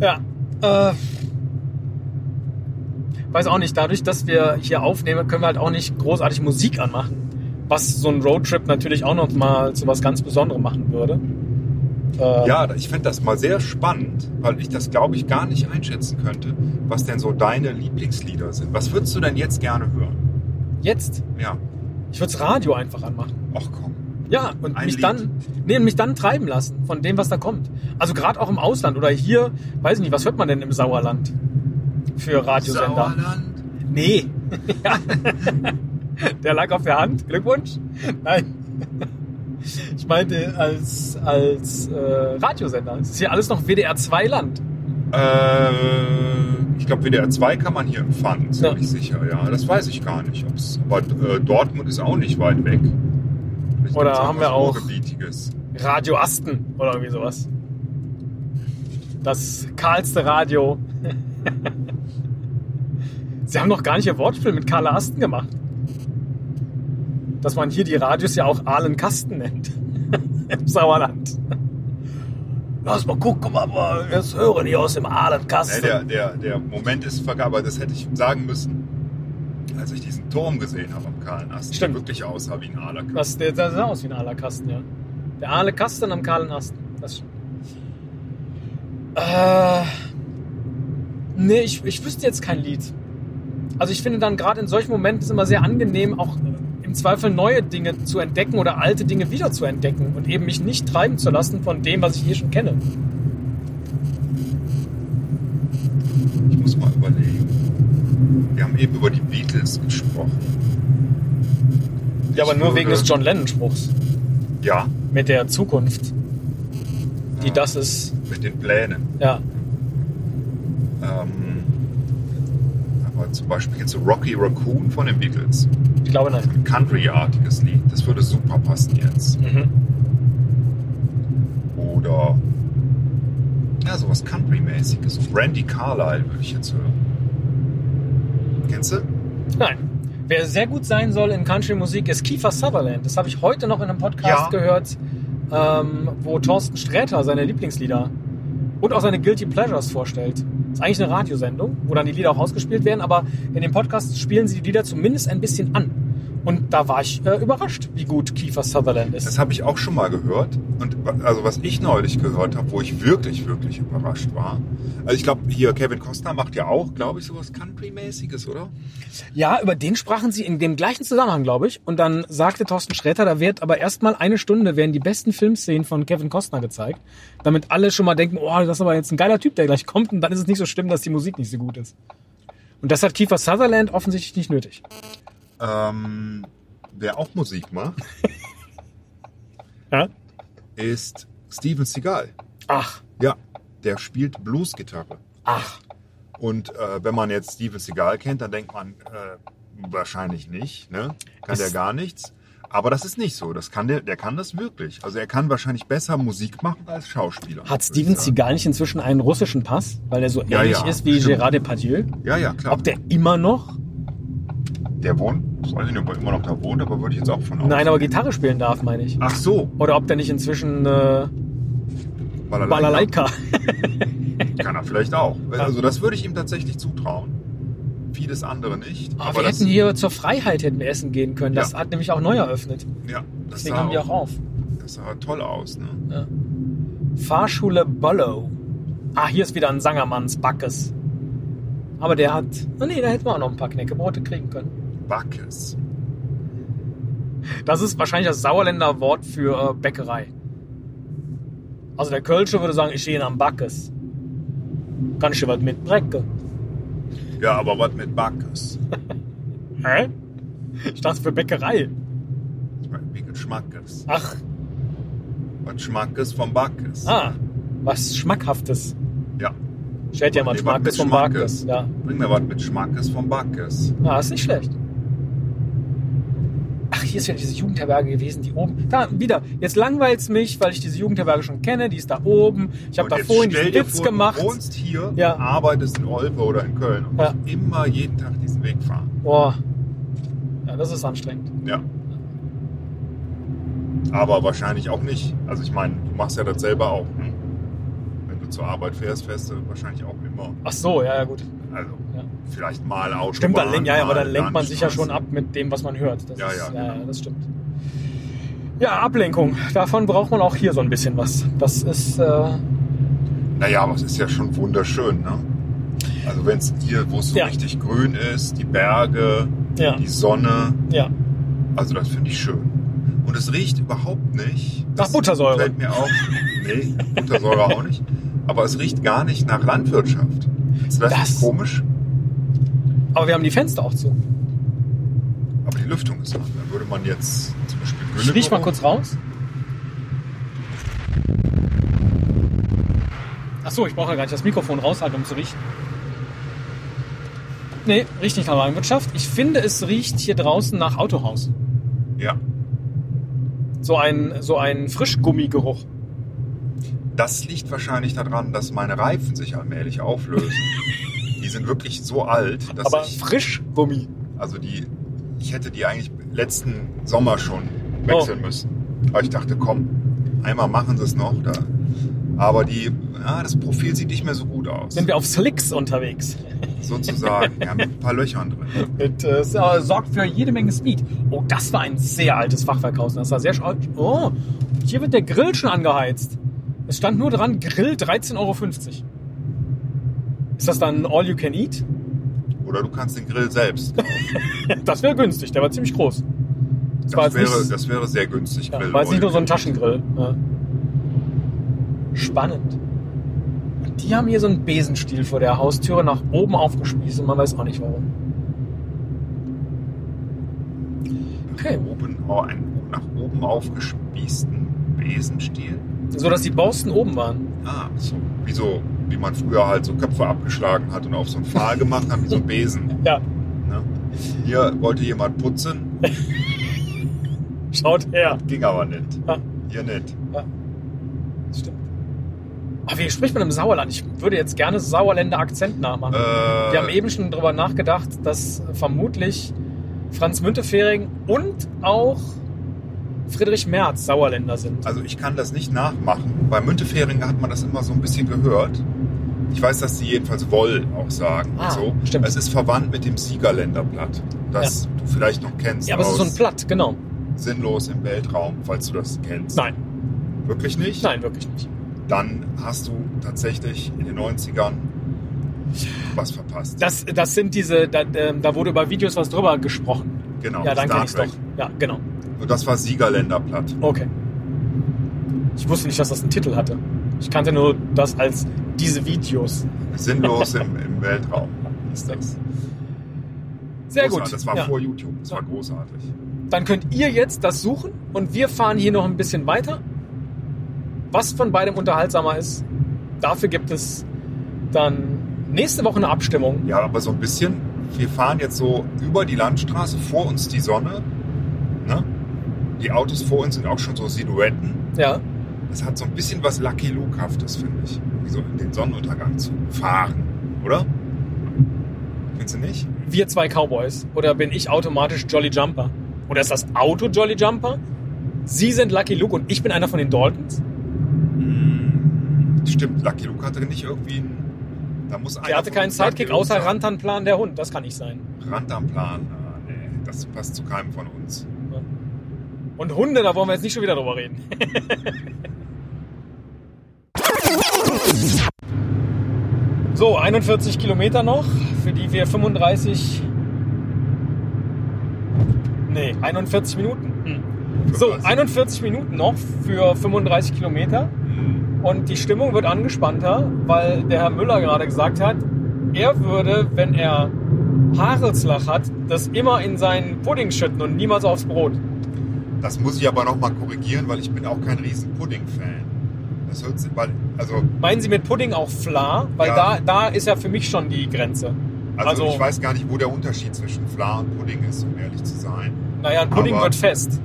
A: Ja. Äh, weiß auch nicht, dadurch, dass wir hier aufnehmen, können wir halt auch nicht großartig Musik anmachen. Was so ein Roadtrip natürlich auch noch mal zu was ganz Besonderem machen würde. Äh,
B: Ja, ich fände das mal sehr spannend, weil ich das, glaube ich, gar nicht einschätzen könnte, was denn so deine Lieblingslieder sind. Was würdest du denn jetzt gerne hören?
A: Jetzt?
B: Ja.
A: Ich würde das Radio einfach anmachen.
B: Ach komm.
A: Ja, und
B: Ein
A: mich
B: Lied.
A: dann nee, und mich dann treiben lassen von dem, was da kommt. Also gerade auch im Ausland oder hier, weiß ich nicht, was hört man denn im Sauerland für Radiosender?
B: Sauerland.
A: Nee. Ja. der lag auf der Hand. Glückwunsch. Nein. Ich meinte als, als äh, Radiosender. Es ist hier alles noch WDR 2 Land.
B: Äh, ich glaube, WDR 2 kann man hier empfangen, ziemlich
A: Ja.
B: sicher, ja. Das weiß ich gar nicht. Ob's, aber äh, Dortmund ist auch nicht weit weg. Vielleicht
A: Oder
B: gibt's
A: haben wir
B: was
A: auch-
B: Ruhrgebietiges.
A: Radio Asten oder irgendwie sowas. Das kahlste Radio. Sie haben noch gar nicht ihr Wortspiel mit Karla Asten gemacht. Dass man hier die Radios ja auch Ahlen Kasten nennt. Im Sauerland. Lass mal gucken, ob wir das hören hier aus dem
B: Nee,
A: Ahlenkasten.
B: der, der, der Moment ist vergangen, aber das hätte ich sagen müssen, als ich diesen Turm gesehen habe am Kahlen Ast.
A: Stimmt.
B: Der wirklich aussah wie ein Alerk.
A: das, der, der sah aus wie ein Ahlenkasten, ja. Der Ahlenkasten am kahlen Asten. Das stimmt. Äh, nee, ich, ich wüsste jetzt kein Lied. Also ich finde dann gerade in solchen Momenten ist immer sehr angenehm, auch äh, im Zweifel neue Dinge zu entdecken oder alte Dinge wieder zu entdecken und eben mich nicht treiben zu lassen von dem, was ich eh schon kenne.
B: Ich muss mal überlegen. Wir haben eben über die Beatles gesprochen.
A: Ja, aber
B: Ich
A: nur wegen
B: würde-
A: des John Lennon-Spruchs
B: Ja,
A: mit der Zukunft, die
B: Ja.
A: das ist.
B: mit den Plänen.
A: Ja,
B: Ähm, aber zum Beispiel jetzt so Rocky Raccoon von den Beatles.
A: ich glaube nein.
B: ein Country-artiges Lied. Das würde super passen jetzt.
A: Mhm.
B: Oder ja, sowas Country-mäßiges. So Randy Carlyle würde ich jetzt hören. Kennst du?
A: Nein. Wer sehr gut sein soll in Country-Musik ist Kiefer Sutherland. Das habe ich heute noch in einem Podcast
B: Ja.
A: gehört, ähm, wo Thorsten Sträter seine Lieblingslieder und auch seine Guilty Pleasures vorstellt. ist eigentlich eine Radiosendung, wo dann die Lieder auch ausgespielt werden, aber in dem Podcast spielen sie die Lieder zumindest ein bisschen an. Und da war ich äh, überrascht, wie gut Kiefer Sutherland ist.
B: Das habe ich auch schon mal gehört. Und also was ich neulich gehört habe, wo ich wirklich, wirklich überrascht war. Also ich glaube, hier Kevin Costner macht ja auch, glaube ich, sowas Country-mäßiges, oder?
A: Ja, über den sprachen sie in dem gleichen Zusammenhang, glaube ich. Und dann sagte Thorsten Sträter, da wird aber erstmal eine Stunde werden die besten Filmszenen von Kevin Costner gezeigt, damit alle schon mal denken, oh, das ist aber jetzt ein geiler Typ, der gleich kommt. Und dann ist es nicht so schlimm, dass die Musik nicht so gut ist. Und das hat Kiefer Sutherland offensichtlich nicht nötig.
B: Ähm, wer auch Musik macht,
A: Ja?
B: ist Steven Seagal.
A: Ach,
B: Ja, der spielt Blues-Gitarre.
A: ach.
B: Und äh, wenn man jetzt Steven Seagal kennt, dann denkt man äh, wahrscheinlich nicht, ne? Kann
A: Ist-
B: der gar nichts. Aber das ist nicht so. Das kann der, der kann das wirklich. Also er kann wahrscheinlich besser Musik machen als Schauspieler.
A: Hat Steven
B: würde ich sagen.
A: Seagal nicht inzwischen einen russischen Pass, weil er so
B: Ja,
A: ähnlich
B: ja,
A: ist wie
B: stimmt.
A: Gérard Depardieu?
B: Ja, ja, klar.
A: Ob der immer noch?
B: der wohnt, ich weiß nicht, ob er immer noch da wohnt, aber würde ich jetzt auch von
A: Nein,
B: ausgehen.
A: aber Gitarre spielen darf, meine ich.
B: Ach so,
A: Oder ob der nicht inzwischen äh,
B: Balalaika.
A: Balalaika.
B: Kann er vielleicht auch. Also das würde ich ihm tatsächlich zutrauen. Vieles andere nicht.
A: Ah, wir
B: das,
A: hätten hier zur Freiheit hätten wir essen gehen können. Das hat nämlich auch neu eröffnet.
B: ja, das
A: Deswegen
B: sah,
A: haben die auch
B: auch,
A: auf.
B: das sah toll aus. Ne?
A: Fahrschule Bollow. Ah, hier ist wieder ein Sangermanns Backes. Aber der hat. Oh nee, da hätten wir auch noch ein paar Knäckebrote kriegen können.
B: Backes.
A: Das ist wahrscheinlich das Sauerländer Wort für äh, Bäckerei. Also der Kölsche würde sagen, ich stehe am Backes. Kann ich dir was mitbrecken?
B: Ja, aber was mit Backes?
A: Hä? Ich dachte für Bäckerei.
B: Ich meine, wie Geschmackes.
A: Ach,
B: Was Schmackes vom Backes.
A: ah, was Schmackhaftes.
B: Ja,
A: Ich hätte ja mal
B: Nee, was mit
A: Schmackes vom Backes.
B: Schmackes.
A: Ja.
B: bring mir was mit Schmackes vom Backes.
A: Ah, ist nicht schlecht. Ach, hier ist ja diese Jugendherberge gewesen, die oben. Da, wieder. Jetzt langweilt's mich, weil ich diese Jugendherberge schon kenne. Die ist da oben. Ich habe
B: Und
A: da
B: jetzt
A: vorhin
B: stell
A: diesen
B: dir
A: Witz
B: vor,
A: gemacht.
B: Du wohnst hier,
A: Ja.
B: arbeitest in Olpe oder in Köln und
A: Ja.
B: musst immer jeden Tag diesen Weg fahren.
A: Boah. Ja, das ist anstrengend.
B: Ja. Aber wahrscheinlich auch nicht. Also ich meine, du machst ja das selber auch. Ne? Wenn du zur Arbeit fährst, fährst du wahrscheinlich auch immer.
A: Ach so, ja, ja, gut.
B: Also
A: Ja.
B: vielleicht mal Autobahn.
A: Stimmt, dann lenkt, ja, ja, aber
B: mal
A: dann lenkt man sich ja schon
B: Landstraße.
A: ab mit dem, was man hört. Das
B: Ja,
A: ist,
B: ja,
A: ja, ja, das stimmt. Ja, Ablenkung. Davon braucht man auch hier so ein bisschen was. Das ist, äh,
B: Naja, aber es ist ja schon wunderschön, ne? Also wenn es hier, wo es so
A: Ja.
B: richtig grün ist, die Berge,
A: ja,
B: die Sonne,
A: ja.
B: also das finde ich schön. Und es riecht überhaupt nicht.
A: Nach
B: das
A: Buttersäure.
B: Fällt mir auf. Nee, Buttersäure auch nicht. Aber es riecht gar nicht nach Landwirtschaft. Ist das,
A: Das-
B: nicht komisch?
A: Aber wir haben die Fenster auch zu.
B: Aber die Lüftung ist an. Dann würde man jetzt zum Beispiel
A: Ich riech mal
B: Güllegeruch-
A: kurz raus. Achso, ich brauche ja gar nicht das Mikrofon raushalten, um zu riechen. Nee, riecht nicht nach Landwirtschaft. Ich finde, es riecht hier draußen nach Autohaus.
B: Ja.
A: So ein, so ein Frischgummigeruch.
B: Das liegt wahrscheinlich daran, dass meine Reifen sich allmählich auflösen. die sind wirklich so alt, dass
A: Aber
B: ich
A: Frischgummi.
B: Also die, ich hätte die eigentlich letzten Sommer schon
A: Oh.
B: wechseln müssen. Aber ich dachte, komm, einmal machen sie es noch. Da. Aber die, ja, das Profil sieht nicht mehr so gut aus.
A: Sind wir auf Slicks unterwegs.
B: Sozusagen. Ja, mit ein paar Löchern drin.
A: Mit, äh, es, äh, sorgt für jede Menge Speed. Oh, das war ein sehr altes Fachwerkhaus. Das war sehr sch- Oh, hier wird der Grill schon angeheizt. Es stand nur dran, Grill 13,50 Euro. Ist das dann All You Can Eat?
B: Oder du kannst den Grill selbst. kaufen.
A: Das wäre günstig, der war ziemlich groß. Das, war
B: Das
A: jetzt
B: wäre,
A: nicht,
B: das wäre sehr günstig.
A: ja,
B: Grill
A: war jetzt nicht nur
B: Oil.
A: so ein Taschengrill. Ja. Spannend. Und die haben hier so einen Besenstiel vor der Haustüre nach oben aufgespießt und man weiß auch nicht warum. Okay.
B: Oben, oh, einen nach oben aufgespießten Besenstiel.
A: So dass die Borsten oben waren.
B: Ah, so. Wie, so, wie man früher halt so Köpfe abgeschlagen hat und auf so einen Pfahl gemacht hat, wie so ein Besen.
A: Ja,
B: Ne? Hier wollte jemand putzen,
A: schaut her.
B: ging aber nicht.
A: Ja.
B: Hier nicht.
A: Das stimmt. Aber wie spricht man im Sauerland? Ich würde jetzt gerne Sauerländer Akzent nachmachen.
B: Äh,
A: Ah. Wir haben eben schon drüber nachgedacht, dass vermutlich Franz Müntefering und auch Friedrich Merz Sauerländer sind.
B: also ich kann das nicht nachmachen. Bei Müntefering hat man das immer so ein bisschen gehört. Ich weiß, dass sie jedenfalls Woll auch sagen.
A: Ah,
B: und so.
A: stimmt.
B: Es ist verwandt mit dem Siegerländerblatt, das du vielleicht noch kennst
A: Ja, aber es ist so ein
B: aus
A: Platt, genau.
B: Sinnlos im Weltraum, falls du das kennst.
A: Nein,
B: Wirklich nicht?
A: nein, wirklich nicht.
B: Dann hast du tatsächlich in den 90ern was verpasst.
A: Das, das sind diese, da, ähm, da wurde über Videos was drüber gesprochen.
B: genau,
A: ja, dann
B: Star
A: kenne ich
B: Trek.
A: doch. Ja, genau.
B: Und das war Siegerländerblatt.
A: Okay. Ich wusste nicht, dass das einen Titel hatte. Ich kannte nur das als diese Videos.
B: Sinnlos im, im Weltraum ist das.
A: Sehr
B: Großartig.
A: gut.
B: Das war
A: ja.
B: vor YouTube. Das war großartig.
A: Dann könnt ihr jetzt das suchen und wir fahren hier noch ein bisschen weiter. Was von beidem unterhaltsamer ist, dafür gibt es dann nächste Woche eine Abstimmung.
B: Ja, aber so ein bisschen. Wir fahren jetzt so über die Landstraße, vor uns die Sonne. Ne? die Autos vor uns sind auch schon so Silhouetten.
A: Ja.
B: Das hat so ein bisschen was Lucky Luke-haftes, finde ich. Wie so in den Sonnenuntergang zu fahren, oder? Findest du nicht?
A: Wir zwei Cowboys. Oder bin ich automatisch Jolly Jumper? Oder ist das Auto Jolly Jumper? Sie sind Lucky Luke und ich bin einer von den Daltons?
B: Ah Hm, Stimmt, Lucky Luke hatte nicht irgendwie einen. Da muss einer
A: Der hatte
B: von
A: keinen
B: uns Lucky
A: Sidekick
B: Luke
A: außer
B: sein.
A: Rantanplan der Hund. Das kann nicht sein.
B: Rand am Plan. Ah, nee, das passt zu keinem von uns.
A: Und Hunde, da wollen wir jetzt nicht schon wieder drüber reden. so, 41 Kilometer noch, für die wir 35. Nee, 41 Minuten. Hm. So,
B: 35.
A: 41 Minuten noch für 35 Kilometer.
B: Hm.
A: Und die Stimmung wird angespannter, weil der Herr Müller gerade gesagt hat, er würde, wenn er Haarelslach hat, das immer in seinen Pudding schütten und niemals aufs Brot.
B: Das muss ich aber nochmal korrigieren, weil ich bin auch kein riesen Pudding-Fan. Das hört sich, weil, also,
A: Meinen Sie mit Pudding auch Fla? Weil
B: Ja.
A: da, da ist ja für mich schon die Grenze.
B: also,
A: Also-
B: ich weiß gar nicht, wo der Unterschied zwischen Fla und Pudding ist, um ehrlich zu sein.
A: Naja, ein Pudding
B: Aber-
A: wird fest.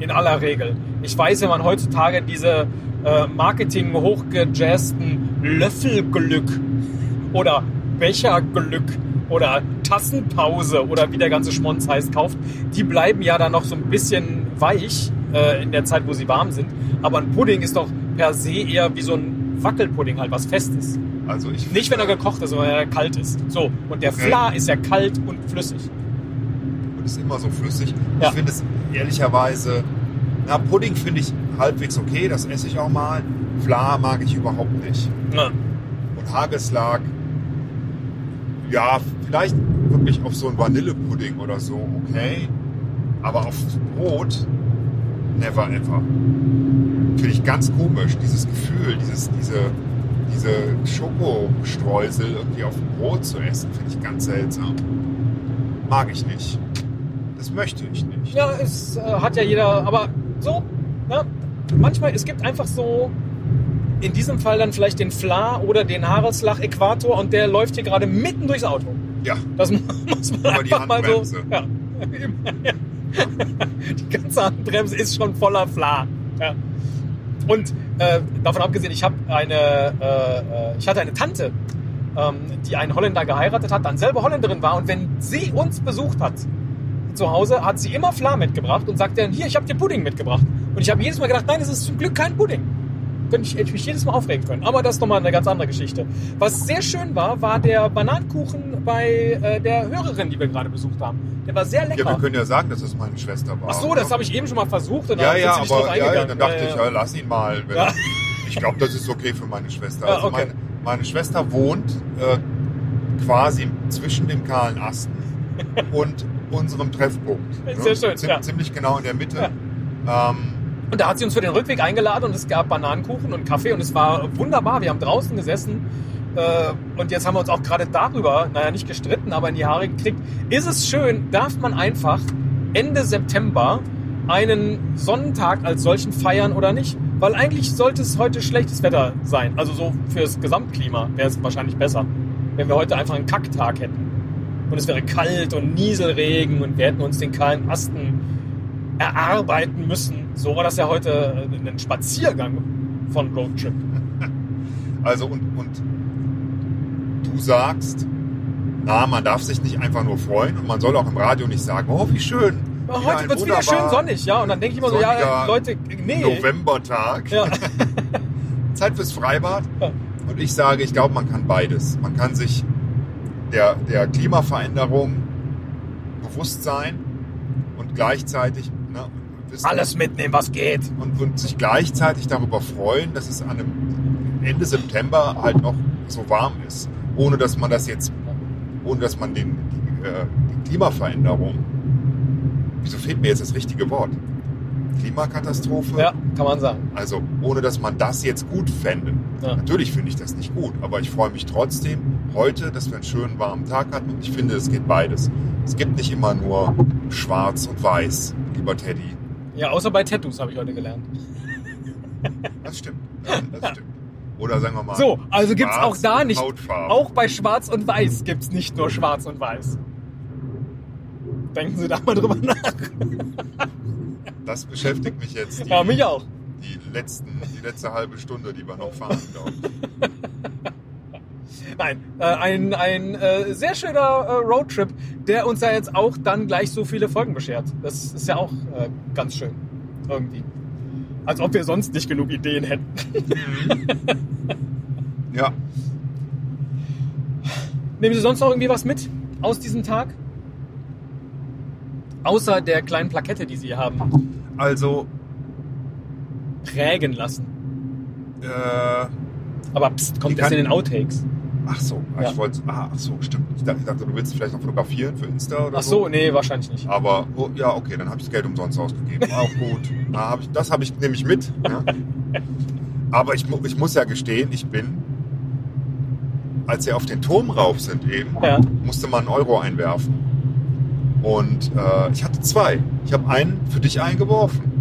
A: In aller Regel. Ich weiß, wenn man heutzutage diese äh, Marketing-hochgejazzten Löffelglück oder Becherglück oder Tassenpause oder wie der ganze Schmonz heißt, kauft, die bleiben ja dann noch so ein bisschen weich äh, in der Zeit, wo sie warm sind. Aber ein Pudding ist doch per se eher wie so ein Wackelpudding halt, was fest ist.
B: Also ich
A: Nicht, wenn er gekocht ist, sondern wenn er kalt ist. So, und der
B: Okay.
A: Fla ist ja kalt und flüssig.
B: Und ist immer so flüssig.
A: Ja.
B: Ich finde es ehrlicherweise, na, Pudding finde ich halbwegs okay, das esse ich auch mal. Fla mag ich überhaupt nicht.
A: Ja.
B: Und Hageslag, ja, vielleicht wirklich auf so einen Vanillepudding oder so, okay. Aber auf Brot, never ever. Finde ich ganz komisch, dieses Gefühl, dieses, diese, diese Schokostreusel irgendwie auf dem Brot zu essen, finde ich ganz seltsam. Mag ich nicht. Das möchte ich nicht.
A: Ja, es äh, hat ja jeder, aber so, ne? manchmal, es gibt einfach so, in diesem Fall dann vielleicht den Fla oder den Haareslach Äquator und der läuft hier gerade mitten durchs Auto.
B: Ja,
A: Das mu- muss man
B: Über die
A: einfach mal so.
B: Handbremse.
A: Ja. die ganze Handbremse ist schon voller Fla. Ja. Und äh, davon abgesehen, ich habe eine, äh, äh, ich hatte eine Tante, ähm, die einen Holländer geheiratet hat, dann selber Holländerin war und wenn sie uns besucht hat zu Hause, hat sie immer Fla mitgebracht und sagte dann, hier, ich habe dir Pudding mitgebracht. Und ich habe jedes Mal gedacht, nein, es ist zum Glück kein Pudding könnte ich, hätte ich mich jedes Mal aufregen können. Aber das ist nochmal eine ganz andere Geschichte. Was sehr schön war, war der Bananenkuchen bei äh, der Hörerin, die wir gerade besucht haben. Der war sehr
B: ja, wir
A: lecker.
B: können ja sagen, dass das meine Schwester war. ne?
A: Ach so, das habe ich eben schon mal versucht und
B: Ja,
A: dann sind
B: ja,
A: sie nicht drauf
B: aber ja,
A: eingegangen.
B: dann dachte
A: Ja,
B: ich, halt,
A: ja.
B: ja, lass ihn mal. Wenn-
A: Ja.
B: Ich glaube, das ist okay für meine Schwester.
A: Ja,
B: Also
A: okay.
B: meine, meine Schwester wohnt äh, quasi zwischen dem kahlen Asten und unserem Treffpunkt. ne?
A: Sehr schön, ja.
B: Ziemlich genau in der Mitte. Ähm,
A: Und da hat sie uns für den Rückweg eingeladen und es gab Bananenkuchen und Kaffee und es war wunderbar. Wir haben draußen gesessen äh, und jetzt haben wir uns auch gerade darüber, naja, nicht gestritten, aber in die Haare gekriegt. Ist es schön, darf man einfach Ende September einen Sonnentag als solchen feiern oder nicht? Weil eigentlich sollte es heute schlechtes Wetter sein. Also so fürs Gesamtklima wäre es wahrscheinlich besser, wenn wir heute einfach einen Kacktag hätten. Und es wäre kalt und Nieselregen und wir hätten uns den kahlen Asten erarbeiten müssen. So war das ja heute äh, ein Spaziergang von Roadtrip.
B: also und, und du sagst, na, man darf sich nicht einfach nur freuen und man soll auch im Radio nicht sagen, oh, wie schön.
A: Aber heute wird es wieder schön sonnig, ja. Und dann denke ich immer so, ja,
B: sonniger
A: Leute, nee.
B: Novembertag.
A: Ja,
B: Zeit fürs Freibad.
A: Ja.
B: Und ich sage, ich glaube, man kann beides. Man kann sich der, der Klimaveränderung bewusst sein und gleichzeitig ne, wissen-
A: alles mitnehmen, was geht.
B: Und, und sich gleichzeitig darüber freuen, dass es an einem Ende September halt noch so warm ist. Ohne dass man das jetzt, ohne dass man den, die, äh, die Klimaveränderung, wieso fehlt mir jetzt das richtige Wort? Klimakatastrophe?
A: Ja, kann man sagen.
B: Also ohne dass man das jetzt gut fände.
A: Ja.
B: Natürlich finde ich das nicht gut, aber ich freue mich trotzdem heute, dass wir einen schönen warmen Tag hatten und ich finde, es geht beides. Es gibt nicht immer nur schwarz und weiß, lieber Teddy.
A: Ja, außer bei Tattoos habe ich heute gelernt.
B: Das stimmt. Das stimmt. Oder sagen wir mal.
A: So, also gibt's
B: schwarz
A: auch da
B: und
A: nicht.
B: Hautfarbe.
A: Auch bei Schwarz und Weiß gibt's nicht nur Schwarz und Weiß. Denken Sie da mal drüber nach.
B: Das beschäftigt mich jetzt die,
A: Ja, mich auch.
B: die, letzten, die letzte halbe Stunde, die wir noch fahren, glaube ich.
A: Nein, äh, ein, ein äh, sehr schöner äh, Roadtrip, der uns ja jetzt auch dann gleich so viele Folgen beschert. Das ist ja auch äh, ganz schön. Irgendwie. Als ob wir sonst nicht genug Ideen hätten.
B: Ja,
A: Nehmen Sie sonst noch irgendwie was mit aus diesem Tag? Außer der kleinen Plakette, die Sie hier haben
B: also,
A: prägen lassen.
B: äh,
A: Aber pst, kommt
B: Die
A: erst in
B: kann-
A: den Outtakes.
B: ach so,
A: Ja.
B: ich wollte, ah, ach so, stimmt. Ich dachte, ich dachte, du willst vielleicht noch fotografieren für Insta oder
A: Ach so, nee, wahrscheinlich nicht.
B: Aber oh, ja, okay, dann habe ich das Geld umsonst ausgegeben. Auch gut. Da hab ich, das habe ich nämlich mit. Ja. Aber ich, mu- ich muss ja gestehen, ich bin, als wir auf den Turm rauf sind eben,
A: Ja.
B: musste man einen Euro einwerfen. Und äh, ich hatte zwei. Ich habe einen für dich eingeworfen.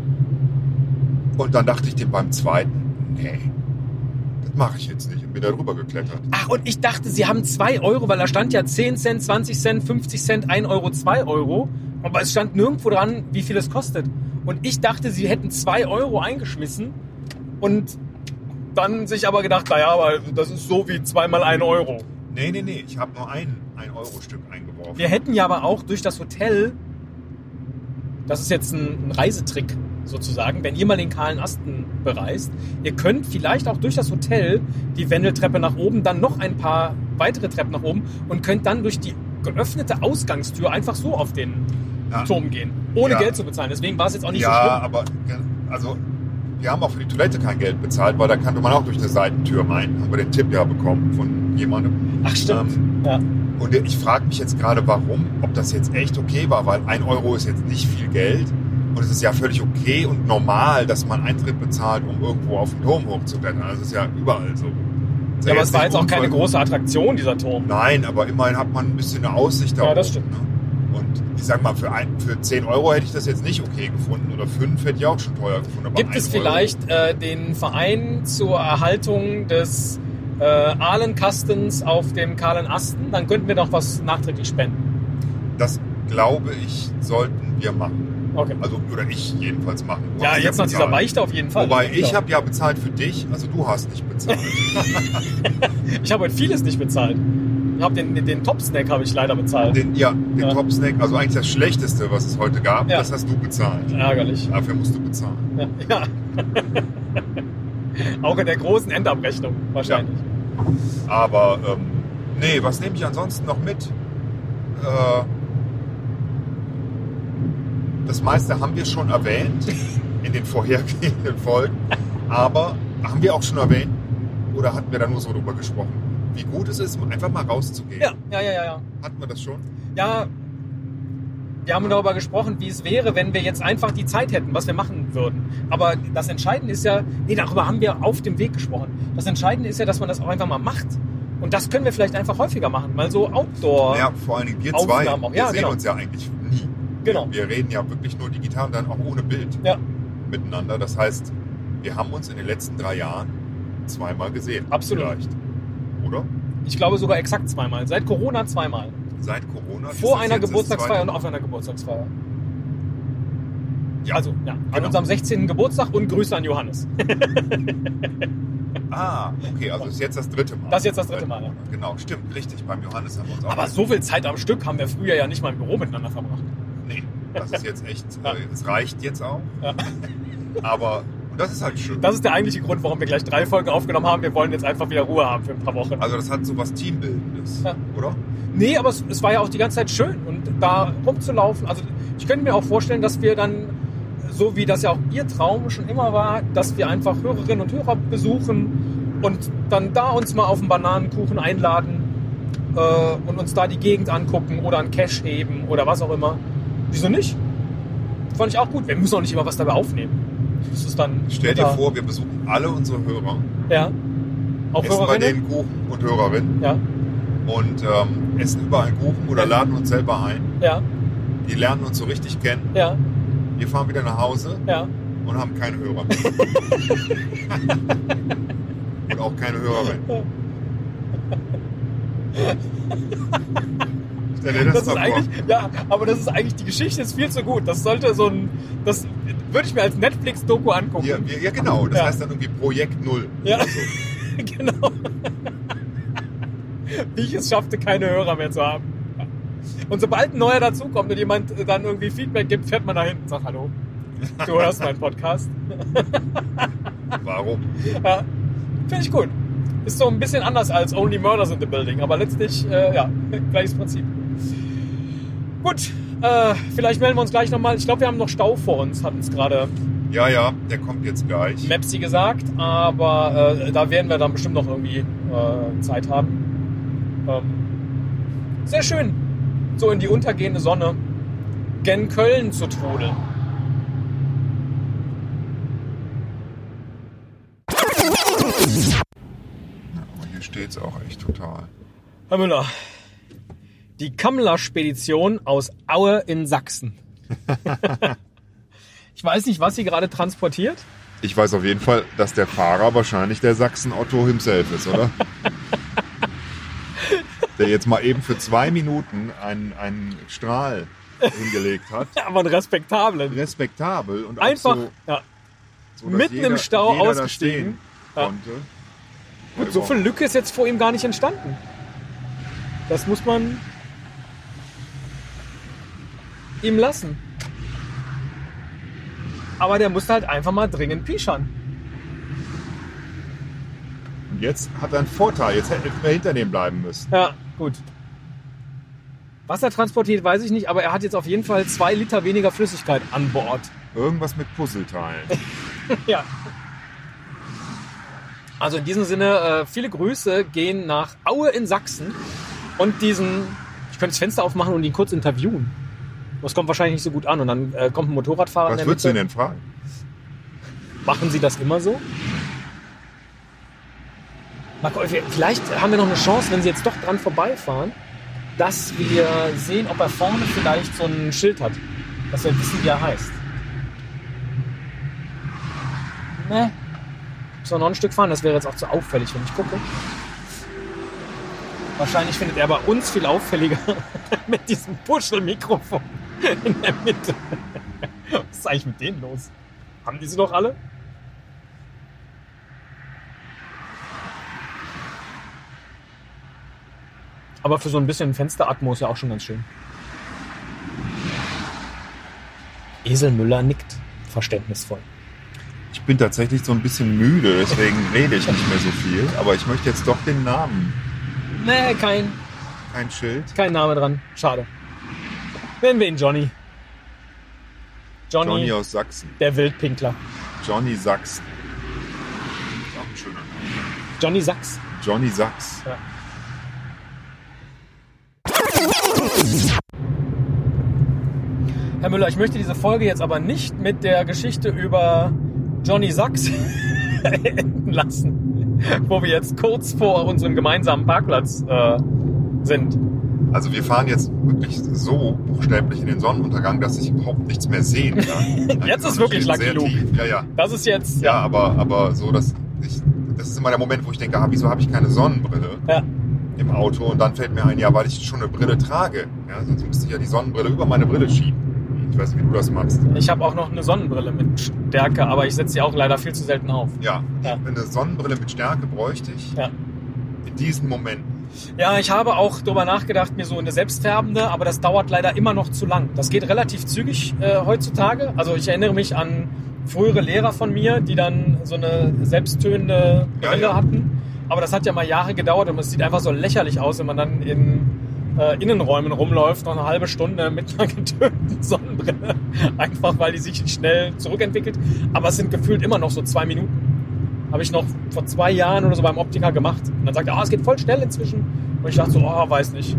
B: Und dann dachte ich dir beim zweiten, nee, das mache ich jetzt nicht. Und bin da rüber geklettert.
A: Ach, und ich dachte, sie haben 2 Euro, weil da stand ja 10 Cent, 20 Cent, 50 Cent, 1 Euro, 2 Euro. Aber es stand nirgendwo dran, wie viel es kostet. Und ich dachte, sie hätten 2 Euro eingeschmissen und dann sich aber gedacht, naja, aber das ist so wie zweimal 1 Euro.
B: Nee, nee, nee, ich habe nur ein, ein Euro-Stück eingeworfen.
A: Wir hätten ja aber auch durch das Hotel, das ist jetzt ein, ein Reisetrick sozusagen, wenn ihr mal den kahlen Asten bereist, ihr könnt vielleicht auch durch das Hotel die Wendeltreppe nach oben, dann noch ein paar weitere Treppen nach oben und könnt dann durch die geöffnete Ausgangstür einfach so auf den
B: Ja.
A: Turm gehen, ohne
B: Ah. Ja.
A: Geld zu bezahlen. Deswegen war es jetzt auch nicht
B: ja,
A: so
B: aber also wir haben auch für die Toilette kein Geld bezahlt, weil da kannte man auch durch eine Seitentür rein. Haben wir den Tipp ja bekommen von jemandem.
A: schlimm. Ach stimmt.
B: Ähm,
A: ja.
B: und ich frage mich jetzt gerade, warum, ob das jetzt echt okay war, weil ein Euro ist jetzt nicht viel Geld und es ist ja völlig okay und normal, dass man Eintritt bezahlt, um irgendwo auf den Turm hochzuklettern. Also es ist ja überall so. Ist
A: ja, aber es war jetzt
B: nicht
A: auch keine
B: unvöllig-
A: große Attraktion, dieser Turm.
B: Nein, aber immerhin hat man ein bisschen eine Aussicht da
A: Ja, das
B: oben, ne? Und ich sag mal, für, ein, für 10 Euro hätte ich das jetzt nicht okay gefunden oder 5 hätte ich auch schon teuer gefunden. Aber
A: Gibt
B: ein
A: es
B: Euro-
A: vielleicht äh, den Verein zur Erhaltung des äh, Ahlenkastens auf dem kahlen Asten? Dann könnten wir doch was nachträglich spenden.
B: Das glaube ich, sollten wir machen.
A: Okay.
B: Also, oder ich jedenfalls machen. Du
A: Ja,
B: hast
A: jetzt nach dieser
B: bezahlt.
A: Beichte auf jeden Fall. Genau.
B: Wobei ich
A: Ja.
B: habe ja bezahlt für dich, also du hast nicht bezahlt.
A: ich habe heute vieles nicht bezahlt. Ich habe den, den, den Top-Snack habe ich leider bezahlt.
B: Den, ja, den
A: Ja.
B: Top Snack, also eigentlich das Schlechteste, was es heute gab,
A: Ja.
B: das hast du bezahlt.
A: Ärgerlich.
B: Dafür musst du bezahlen.
A: Ja. ja. Auch in der großen Endabrechnung wahrscheinlich.
B: Aber ähm, nee, was nehme ich ansonsten noch mit? Äh, das meiste haben wir schon erwähnt in den vorhergehenden Folgen. Aber haben wir auch schon erwähnt oder hatten wir da nur so drüber gesprochen? Wie gut es ist, einfach mal rauszugehen.
A: Ja, ja, ja, ja. ja.
B: Hatten wir das schon?
A: ja, wir haben darüber gesprochen, wie es wäre, wenn wir jetzt einfach die Zeit hätten, was wir machen würden. Aber das Entscheidende ist ja, nee, darüber haben wir auf dem Weg gesprochen. Das Entscheidende ist ja, dass man das auch einfach mal macht. Und das können wir vielleicht einfach häufiger machen. Mal so Outdoor.
B: Ja, vor allen Dingen wir zwei.
A: Aufnahmen auch.
B: Wir
A: Ja,
B: sehen
A: genau.
B: uns ja eigentlich nie.
A: Genau.
B: Wir reden ja wirklich nur digital und dann auch ohne Bild
A: Ja.
B: miteinander. Das heißt, wir haben uns in den letzten drei Jahren zweimal gesehen.
A: Absolut.
B: Vielleicht. Oder?
A: Ich glaube sogar exakt zweimal. Seit Corona zweimal.
B: Seit Corona. ist
A: Vor
B: das
A: einer
B: jetzt das
A: Geburtstagsfeier und
B: zweite-
A: auf einer Geburtstagsfeier.
B: Ja.
A: Also, ja. An
B: Genau.
A: unserem 16. Geburtstag und Grüße an Johannes.
B: Ah, okay, also ist jetzt das dritte Mal.
A: Das ist jetzt das dritte Mal, ja.
B: Genau, stimmt, richtig. Beim Johannes haben wir uns auch.
A: Aber so viel Zeit am Stück haben wir früher ja nicht mal im Büro miteinander verbracht.
B: Nee, das ist jetzt echt.
A: Ja.
B: äh, Es reicht jetzt auch.
A: Ja.
B: Aber und das ist halt schön.
A: Das ist der eigentliche Grund, warum wir gleich drei Folgen aufgenommen haben. Wir wollen jetzt einfach wieder Ruhe haben für ein paar Wochen.
B: Also, das hat so was Teambildendes,
A: Ja.
B: oder?
A: Nee, aber es, es war ja auch die ganze Zeit schön und da rumzulaufen. Also ich könnte mir auch vorstellen, dass wir dann, so wie das ja auch Ihr Traum schon immer war, dass wir einfach Hörerinnen und Hörer besuchen und dann da uns mal auf einen Bananenkuchen einladen äh, und uns da die Gegend angucken oder einen Cash heben oder was auch immer. Wieso nicht? Fand ich auch gut. Wir müssen auch nicht immer was dabei aufnehmen. Das ist dann.
B: Stell dir
A: Ja.
B: vor, wir besuchen alle unsere Hörer.
A: Ja. Auch
B: essen bei
A: Hörerinnen?
B: denen Kuchen und Hörerinnen
A: Ja.
B: und ähm, essen überall Kuchen oder
A: Ja.
B: laden uns selber ein.
A: Ja.
B: Die lernen uns so richtig kennen.
A: Ja.
B: Wir fahren wieder nach Hause
A: Ja.
B: und haben keine Hörer mehr. und auch keine Hörerin. Stell dir das
A: Das ist
B: mal vor.
A: eigentlich, ja, aber das ist eigentlich, die Geschichte ist viel zu gut. Das sollte so ein, das würde ich mir als Netflix-Doku angucken.
B: Ja, wir- ja, genau. Das
A: Ja.
B: heißt dann irgendwie Projekt Null.
A: Ja, genau. Wie ich es schaffte, keine Hörer mehr zu haben. Und sobald ein neuer dazukommt und jemand dann irgendwie Feedback gibt, fährt man dahin und sagt Hallo. Du hörst meinen Podcast.
B: Warum?
A: Ja, Finde ich gut. Ist so ein bisschen anders als Only Murders in the Building, aber letztlich, äh, ja, gleiches Prinzip. Gut, äh, vielleicht melden wir uns gleich nochmal. Ich glaube, wir haben noch Stau vor uns, hat uns gerade
B: Ja, ja, der kommt jetzt gleich.
A: Mepsi gesagt, aber äh, da werden wir dann bestimmt noch irgendwie äh, Zeit haben. Ähm, sehr schön, so in die untergehende Sonne gen Köln zu trudeln.
B: Ja, aber hier steht's auch echt total.
A: Herr Müller, die Kammler-Spedition aus Aue in Sachsen. ich weiß nicht, was sie gerade transportiert.
B: Ich weiß auf jeden Fall, dass der Fahrer wahrscheinlich der Sachsen-Otto himself ist, oder? der jetzt mal eben für zwei Minuten einen, einen Strahl hingelegt hat.
A: Aber einen respektablen.
B: Respektabel und auch
A: Einfach,
B: so,
A: ja,
B: so dass
A: mitten
B: jeder,
A: im Stau
B: jeder da
A: ausgestiegen.
B: stehen
A: Ja.
B: konnte. Also,
A: Gut, so viel Lücke ist jetzt vor ihm gar nicht entstanden. Das muss man ihm lassen. Aber der musste halt einfach mal dringend pischern.
B: Und jetzt hat er einen Vorteil. Jetzt hätten wir hinter dem bleiben müssen.
A: Ja, gut. Was er transportiert, weiß ich nicht, aber er hat jetzt auf jeden Fall zwei Liter weniger Flüssigkeit an Bord.
B: Irgendwas mit Puzzleteilen.
A: Ja. Also in diesem Sinne, äh, viele Grüße gehen nach Aue in Sachsen und diesen, ich könnte das Fenster aufmachen und ihn kurz interviewen. Das kommt wahrscheinlich nicht so gut an und dann äh, kommt ein Motorradfahrer in
B: Was
A: der
B: würdest du ihn
A: Mitte.
B: denn fragen?
A: Machen Sie das immer so? Marco, wir- vielleicht haben wir noch eine Chance, wenn Sie jetzt doch dran vorbeifahren, dass wir sehen, ob er vorne vielleicht so ein Schild hat, dass wir wissen, wie er heißt. Ne? Müssen wir noch ein Stück fahren, das wäre jetzt auch zu auffällig, wenn ich gucke. Wahrscheinlich findet er bei uns viel auffälliger mit diesem Puschelmikrofon in der Mitte. Was ist eigentlich mit denen los? Haben die sie doch alle? Aber für so ein bisschen Fensteratmo ist ja auch schon ganz schön. Esel Müller nickt verständnisvoll.
B: Ich bin tatsächlich so ein bisschen müde, deswegen rede ich nicht mehr so viel. Aber ich möchte jetzt doch den Namen.
A: Nee, kein,
B: Kein Schild.
A: kein Name dran. Schade. Nennen wir ihn Johnny. Johnny,
B: Johnny aus Sachsen.
A: der Wildpinkler.
B: Johnny Sachs. Ist Auch ein schöner Name.
A: Johnny Sachs.
B: Johnny Sachs.
A: Herr Müller, ich möchte diese Folge jetzt aber nicht mit der Geschichte über Johnny Sachs enden lassen, wo wir jetzt kurz vor unserem gemeinsamen Parkplatz äh, sind.
B: Also wir fahren jetzt wirklich so buchstäblich in den Sonnenuntergang, dass ich überhaupt nichts mehr sehen kann.
A: Jetzt ist
B: Wir
A: wirklich
B: stehen
A: Lucky
B: sehr
A: Luke.
B: tief. Ja, ja.
A: Das ist jetzt.
B: Ja, aber, aber so, dass ich, das ist immer der Moment, wo ich denke, ah, wieso habe ich keine Sonnenbrille
A: Ja.
B: im Auto? Und dann fällt mir ein, ja, weil ich schon eine Brille trage. Ja, sonst müsste ich ja die Sonnenbrille über meine Brille schieben. Ich weiß nicht, wie du das machst.
A: Ich habe auch noch eine Sonnenbrille mit Stärke, aber ich setze sie auch leider viel zu selten auf.
B: Ja,
A: Ja.
B: eine Sonnenbrille mit Stärke bräuchte ich
A: Ja.
B: in diesen Momenten.
A: Ja, ich habe auch drüber nachgedacht, mir so eine selbstfärbende, aber das dauert leider immer noch zu lang. Das geht relativ zügig äh, heutzutage. Also ich erinnere mich an frühere Lehrer von mir, die dann so eine selbsttönende
B: Ja,
A: Brille
B: ja.
A: hatten. Aber das hat ja mal Jahre gedauert und es sieht einfach so lächerlich aus, wenn man dann in äh, Innenräumen rumläuft, noch eine halbe Stunde mit einer getönten Sonnenbrille. Einfach weil die sich schnell zurückentwickelt. Aber es sind gefühlt immer noch so zwei Minuten habe ich noch vor zwei Jahren oder so beim Optiker gemacht. Und dann sagt er, ah, es geht voll schnell inzwischen. Und ich dachte so, oh, weiß nicht.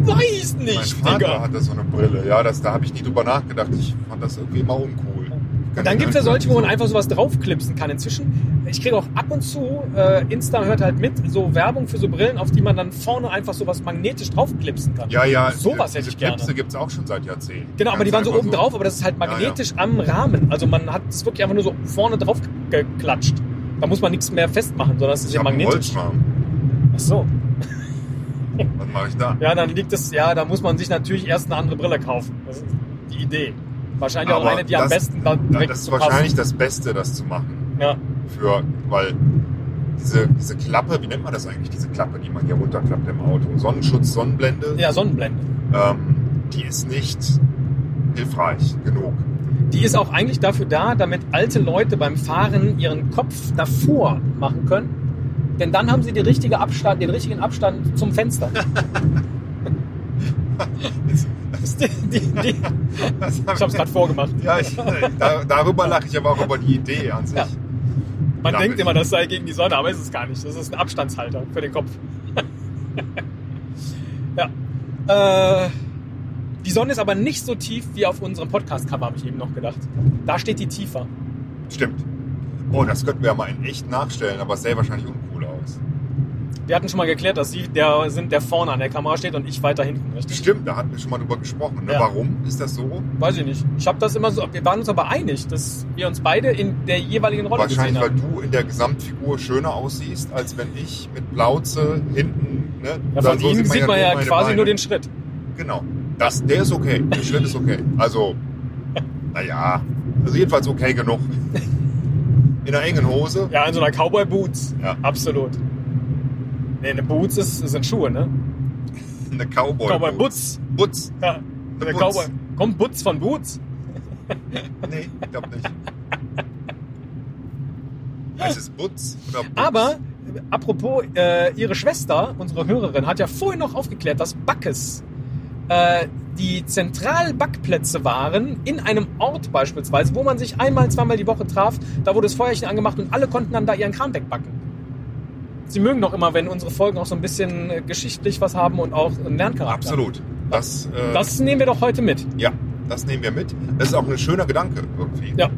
A: Weiß
B: Mein
A: nicht,
B: Vater
A: Digga.
B: hatte so eine Brille. Ja, das, da habe ich nie drüber nachgedacht. Ich fand das irgendwie immer uncool.
A: Und dann gibt es ja solche, wo man einfach sowas draufklipsen kann. Inzwischen, ich kriege auch ab und zu, äh, Insta hört halt mit, so Werbung für so Brillen, auf die man dann vorne einfach sowas magnetisch draufklipsen kann.
B: Ja, ja.
A: Sowas
B: diese
A: hätte ich gerne.
B: Klipse gibt es auch schon seit Jahrzehnten.
A: Genau, aber die waren
B: Ganz
A: so
B: einfach
A: oben drauf, aber das ist halt
B: ja.
A: magnetisch am Rahmen. Also man hat es wirklich einfach nur so vorne drauf geklatscht. Da muss man nichts mehr festmachen, sondern es ist
B: Ich
A: ja
B: habe einen
A: magnetisch.
B: Holzrahmen.
A: Ach so.
B: Was mache ich da?
A: Ja, dann liegt es, ja, da muss man sich natürlich erst eine andere Brille kaufen. Das ist die Idee. Wahrscheinlich auch
B: Aber
A: eine, die am
B: das-
A: besten dann
B: Ja,
A: direkt
B: das ist
A: zu passen.
B: wahrscheinlich das Beste, das zu machen.
A: Ja.
B: Für, weil diese, diese Klappe, wie nennt man das eigentlich, diese Klappe, die man hier runterklappt im Auto? Sonnenschutz, Sonnenblende,
A: ja, Sonnenblende.
B: ähm, die ist nicht hilfreich genug.
A: Die ist auch eigentlich dafür da, damit alte Leute beim Fahren ihren Kopf davor machen können. Denn dann haben sie den, richtige Abstand, den richtigen Abstand zum Fenster. die, die, die,
B: Das hab
A: ich habe es gerade vorgemacht.
B: Ja, ich, äh, da, darüber lache ich aber auch über die Idee an sich.
A: Ja. Man
B: Ja,
A: denkt
B: ich-
A: immer, das sei gegen die Sonne, aber ist es gar nicht. Das ist ein Abstandshalter für den Kopf. ja. Äh, die Sonne ist aber nicht so tief wie auf unserem Podcast-Cover, habe ich eben noch gedacht. Da steht die tiefer.
B: Stimmt. Oh, das könnten wir ja mal in echt nachstellen, aber es sähe wahrscheinlich uncool aus.
A: Wir hatten schon mal geklärt, dass Sie der sind, der vorne an der Kamera steht und ich weiter hinten, richtig?
B: Stimmt, da hatten wir schon mal drüber gesprochen. Ne?
A: Ja.
B: Warum ist das so?
A: Weiß ich nicht. Ich habe das immer so. Wir waren uns aber einig, dass wir uns beide in der jeweiligen Rolle gesehen
B: Wahrscheinlich, weil
A: haben.
B: du in der Gesamtfigur schöner aussiehst, als wenn ich mit Blauze hinten. Ne?
A: Ja,
B: Dann
A: von
B: so
A: Ihnen sieht man
B: nur
A: ja
B: meine
A: quasi
B: Beine.
A: nur den Schritt.
B: Genau. Das, der ist okay. Der Schritt ist okay. Also, naja. Also, jedenfalls okay genug. In einer engen Hose.
A: Ja, in so einer Cowboy Boots.
B: Ja.
A: Absolut. Nee, eine Boots ist, sind Schuhe, ne?
B: Eine Cowboy.
A: Cowboy Boots.
B: Butz.
A: Ja.
B: Eine
A: Der
B: Butz.
A: Cowboy. Kommt Butz von Boots?
B: Nee, ich glaube nicht. Es ist Butz oder Butz.
A: Aber äh, apropos, äh, ihre Schwester, unsere Hörerin, hat ja vorhin noch aufgeklärt, dass Backes äh, die Zentralbackplätze waren in einem Ort beispielsweise, wo man sich einmal, zweimal die Woche traf. Da wurde das Feuerchen angemacht und alle konnten dann da ihren Kram wegbacken. Sie mögen doch immer, wenn unsere Folgen auch so ein bisschen äh, geschichtlich was haben und auch einen Lerncharakter.
B: Absolut. Das, äh,
A: Das nehmen wir doch heute mit.
B: Ja, das nehmen wir mit. Das ist auch ein schöner Gedanke irgendwie.
A: Ja.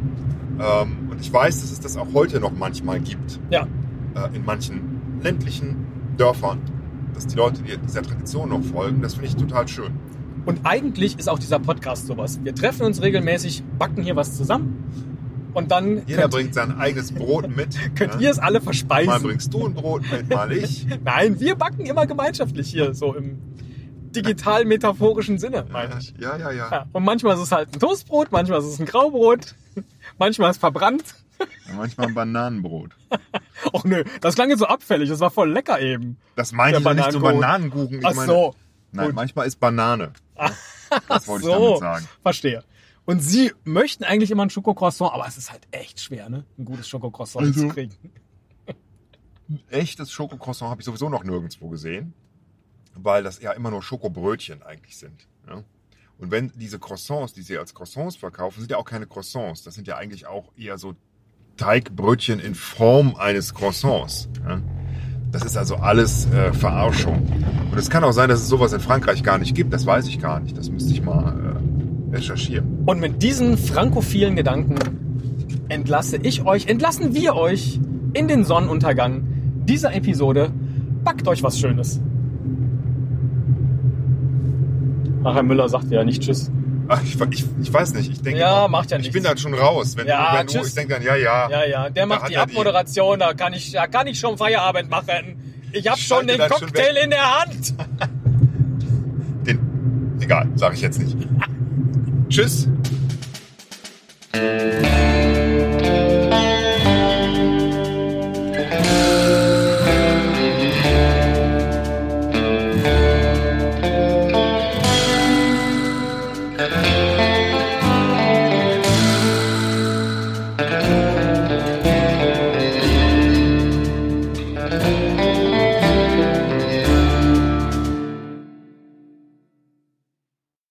B: Ähm, und ich weiß, dass es das auch heute noch manchmal gibt.
A: Ja.
B: Äh, in manchen ländlichen Dörfern. Dass die Leute die- dieser Tradition noch folgen, das finde ich total schön.
A: Und eigentlich ist auch dieser Podcast sowas. Wir treffen uns regelmäßig, backen hier was zusammen und dann
B: Jeder
A: könnt,
B: bringt sein eigenes Brot mit.
A: könnt
B: ne?
A: ihr es alle verspeisen.
B: Mal bringst du ein Brot mit, mal ich.
A: Nein, wir backen immer gemeinschaftlich hier, so im digital-metaphorischen Sinne, meine ich.
B: Ja, ja, ja.
A: Ja, und manchmal ist es halt ein Toastbrot, manchmal ist es ein Graubrot, manchmal ist es verbrannt.
B: Manchmal ein Bananenbrot.
A: Och nö, das klang jetzt so abfällig, das war voll lecker eben.
B: Das
A: Der
B: meine ich doch nicht so
A: Bananenbrot.
B: Bananenkuchen. Ich
A: Ach
B: meine,
A: so,
B: Nein,
A: Gut.
B: manchmal ist Banane. Das wollte ich damit
A: so,
B: sagen.
A: verstehe. Und Sie möchten eigentlich immer ein Schokocroissant, aber es ist halt echt schwer, ne? Ein gutes Schokocroissant
B: Also-
A: zu kriegen.
B: Echtes Schokocroissant habe ich sowieso noch nirgendwo gesehen, weil das ja immer nur Schokobrötchen eigentlich sind. Ja? Und wenn diese Croissants, die sie als Croissants verkaufen, sind ja auch keine Croissants. Das sind ja eigentlich auch eher so Teigbrötchen in Form eines Croissants. Ja? Das ist also alles äh, Verarschung. Und es kann auch sein, dass es sowas in Frankreich gar nicht gibt. Das weiß ich gar nicht. Das müsste ich mal äh, recherchieren.
A: Und mit diesen frankophilen Gedanken entlasse ich euch, entlassen wir euch in den Sonnenuntergang dieser Episode. Backt euch was Schönes. Ach, Herr Müller sagt wieder nicht Tschüss.
B: Ach, ich, ich, ich weiß nicht. Ich denke,
A: Ja,
B: immer,
A: macht ja
B: ich
A: nichts.
B: bin dann schon raus. Wenn,
A: Ja,
B: du, wenn du,
A: tschüss.
B: ich denke dann, ja, ja.
A: Ja, ja, der macht
B: hat
A: die
B: er die-
A: Abmoderation, da kann, ich, da kann ich schon Feierabend machen. Ich habe schon
B: Schalte
A: den
B: das schon
A: Cocktail in der Hand.
B: Den, egal, sage ich jetzt nicht. Tschüss.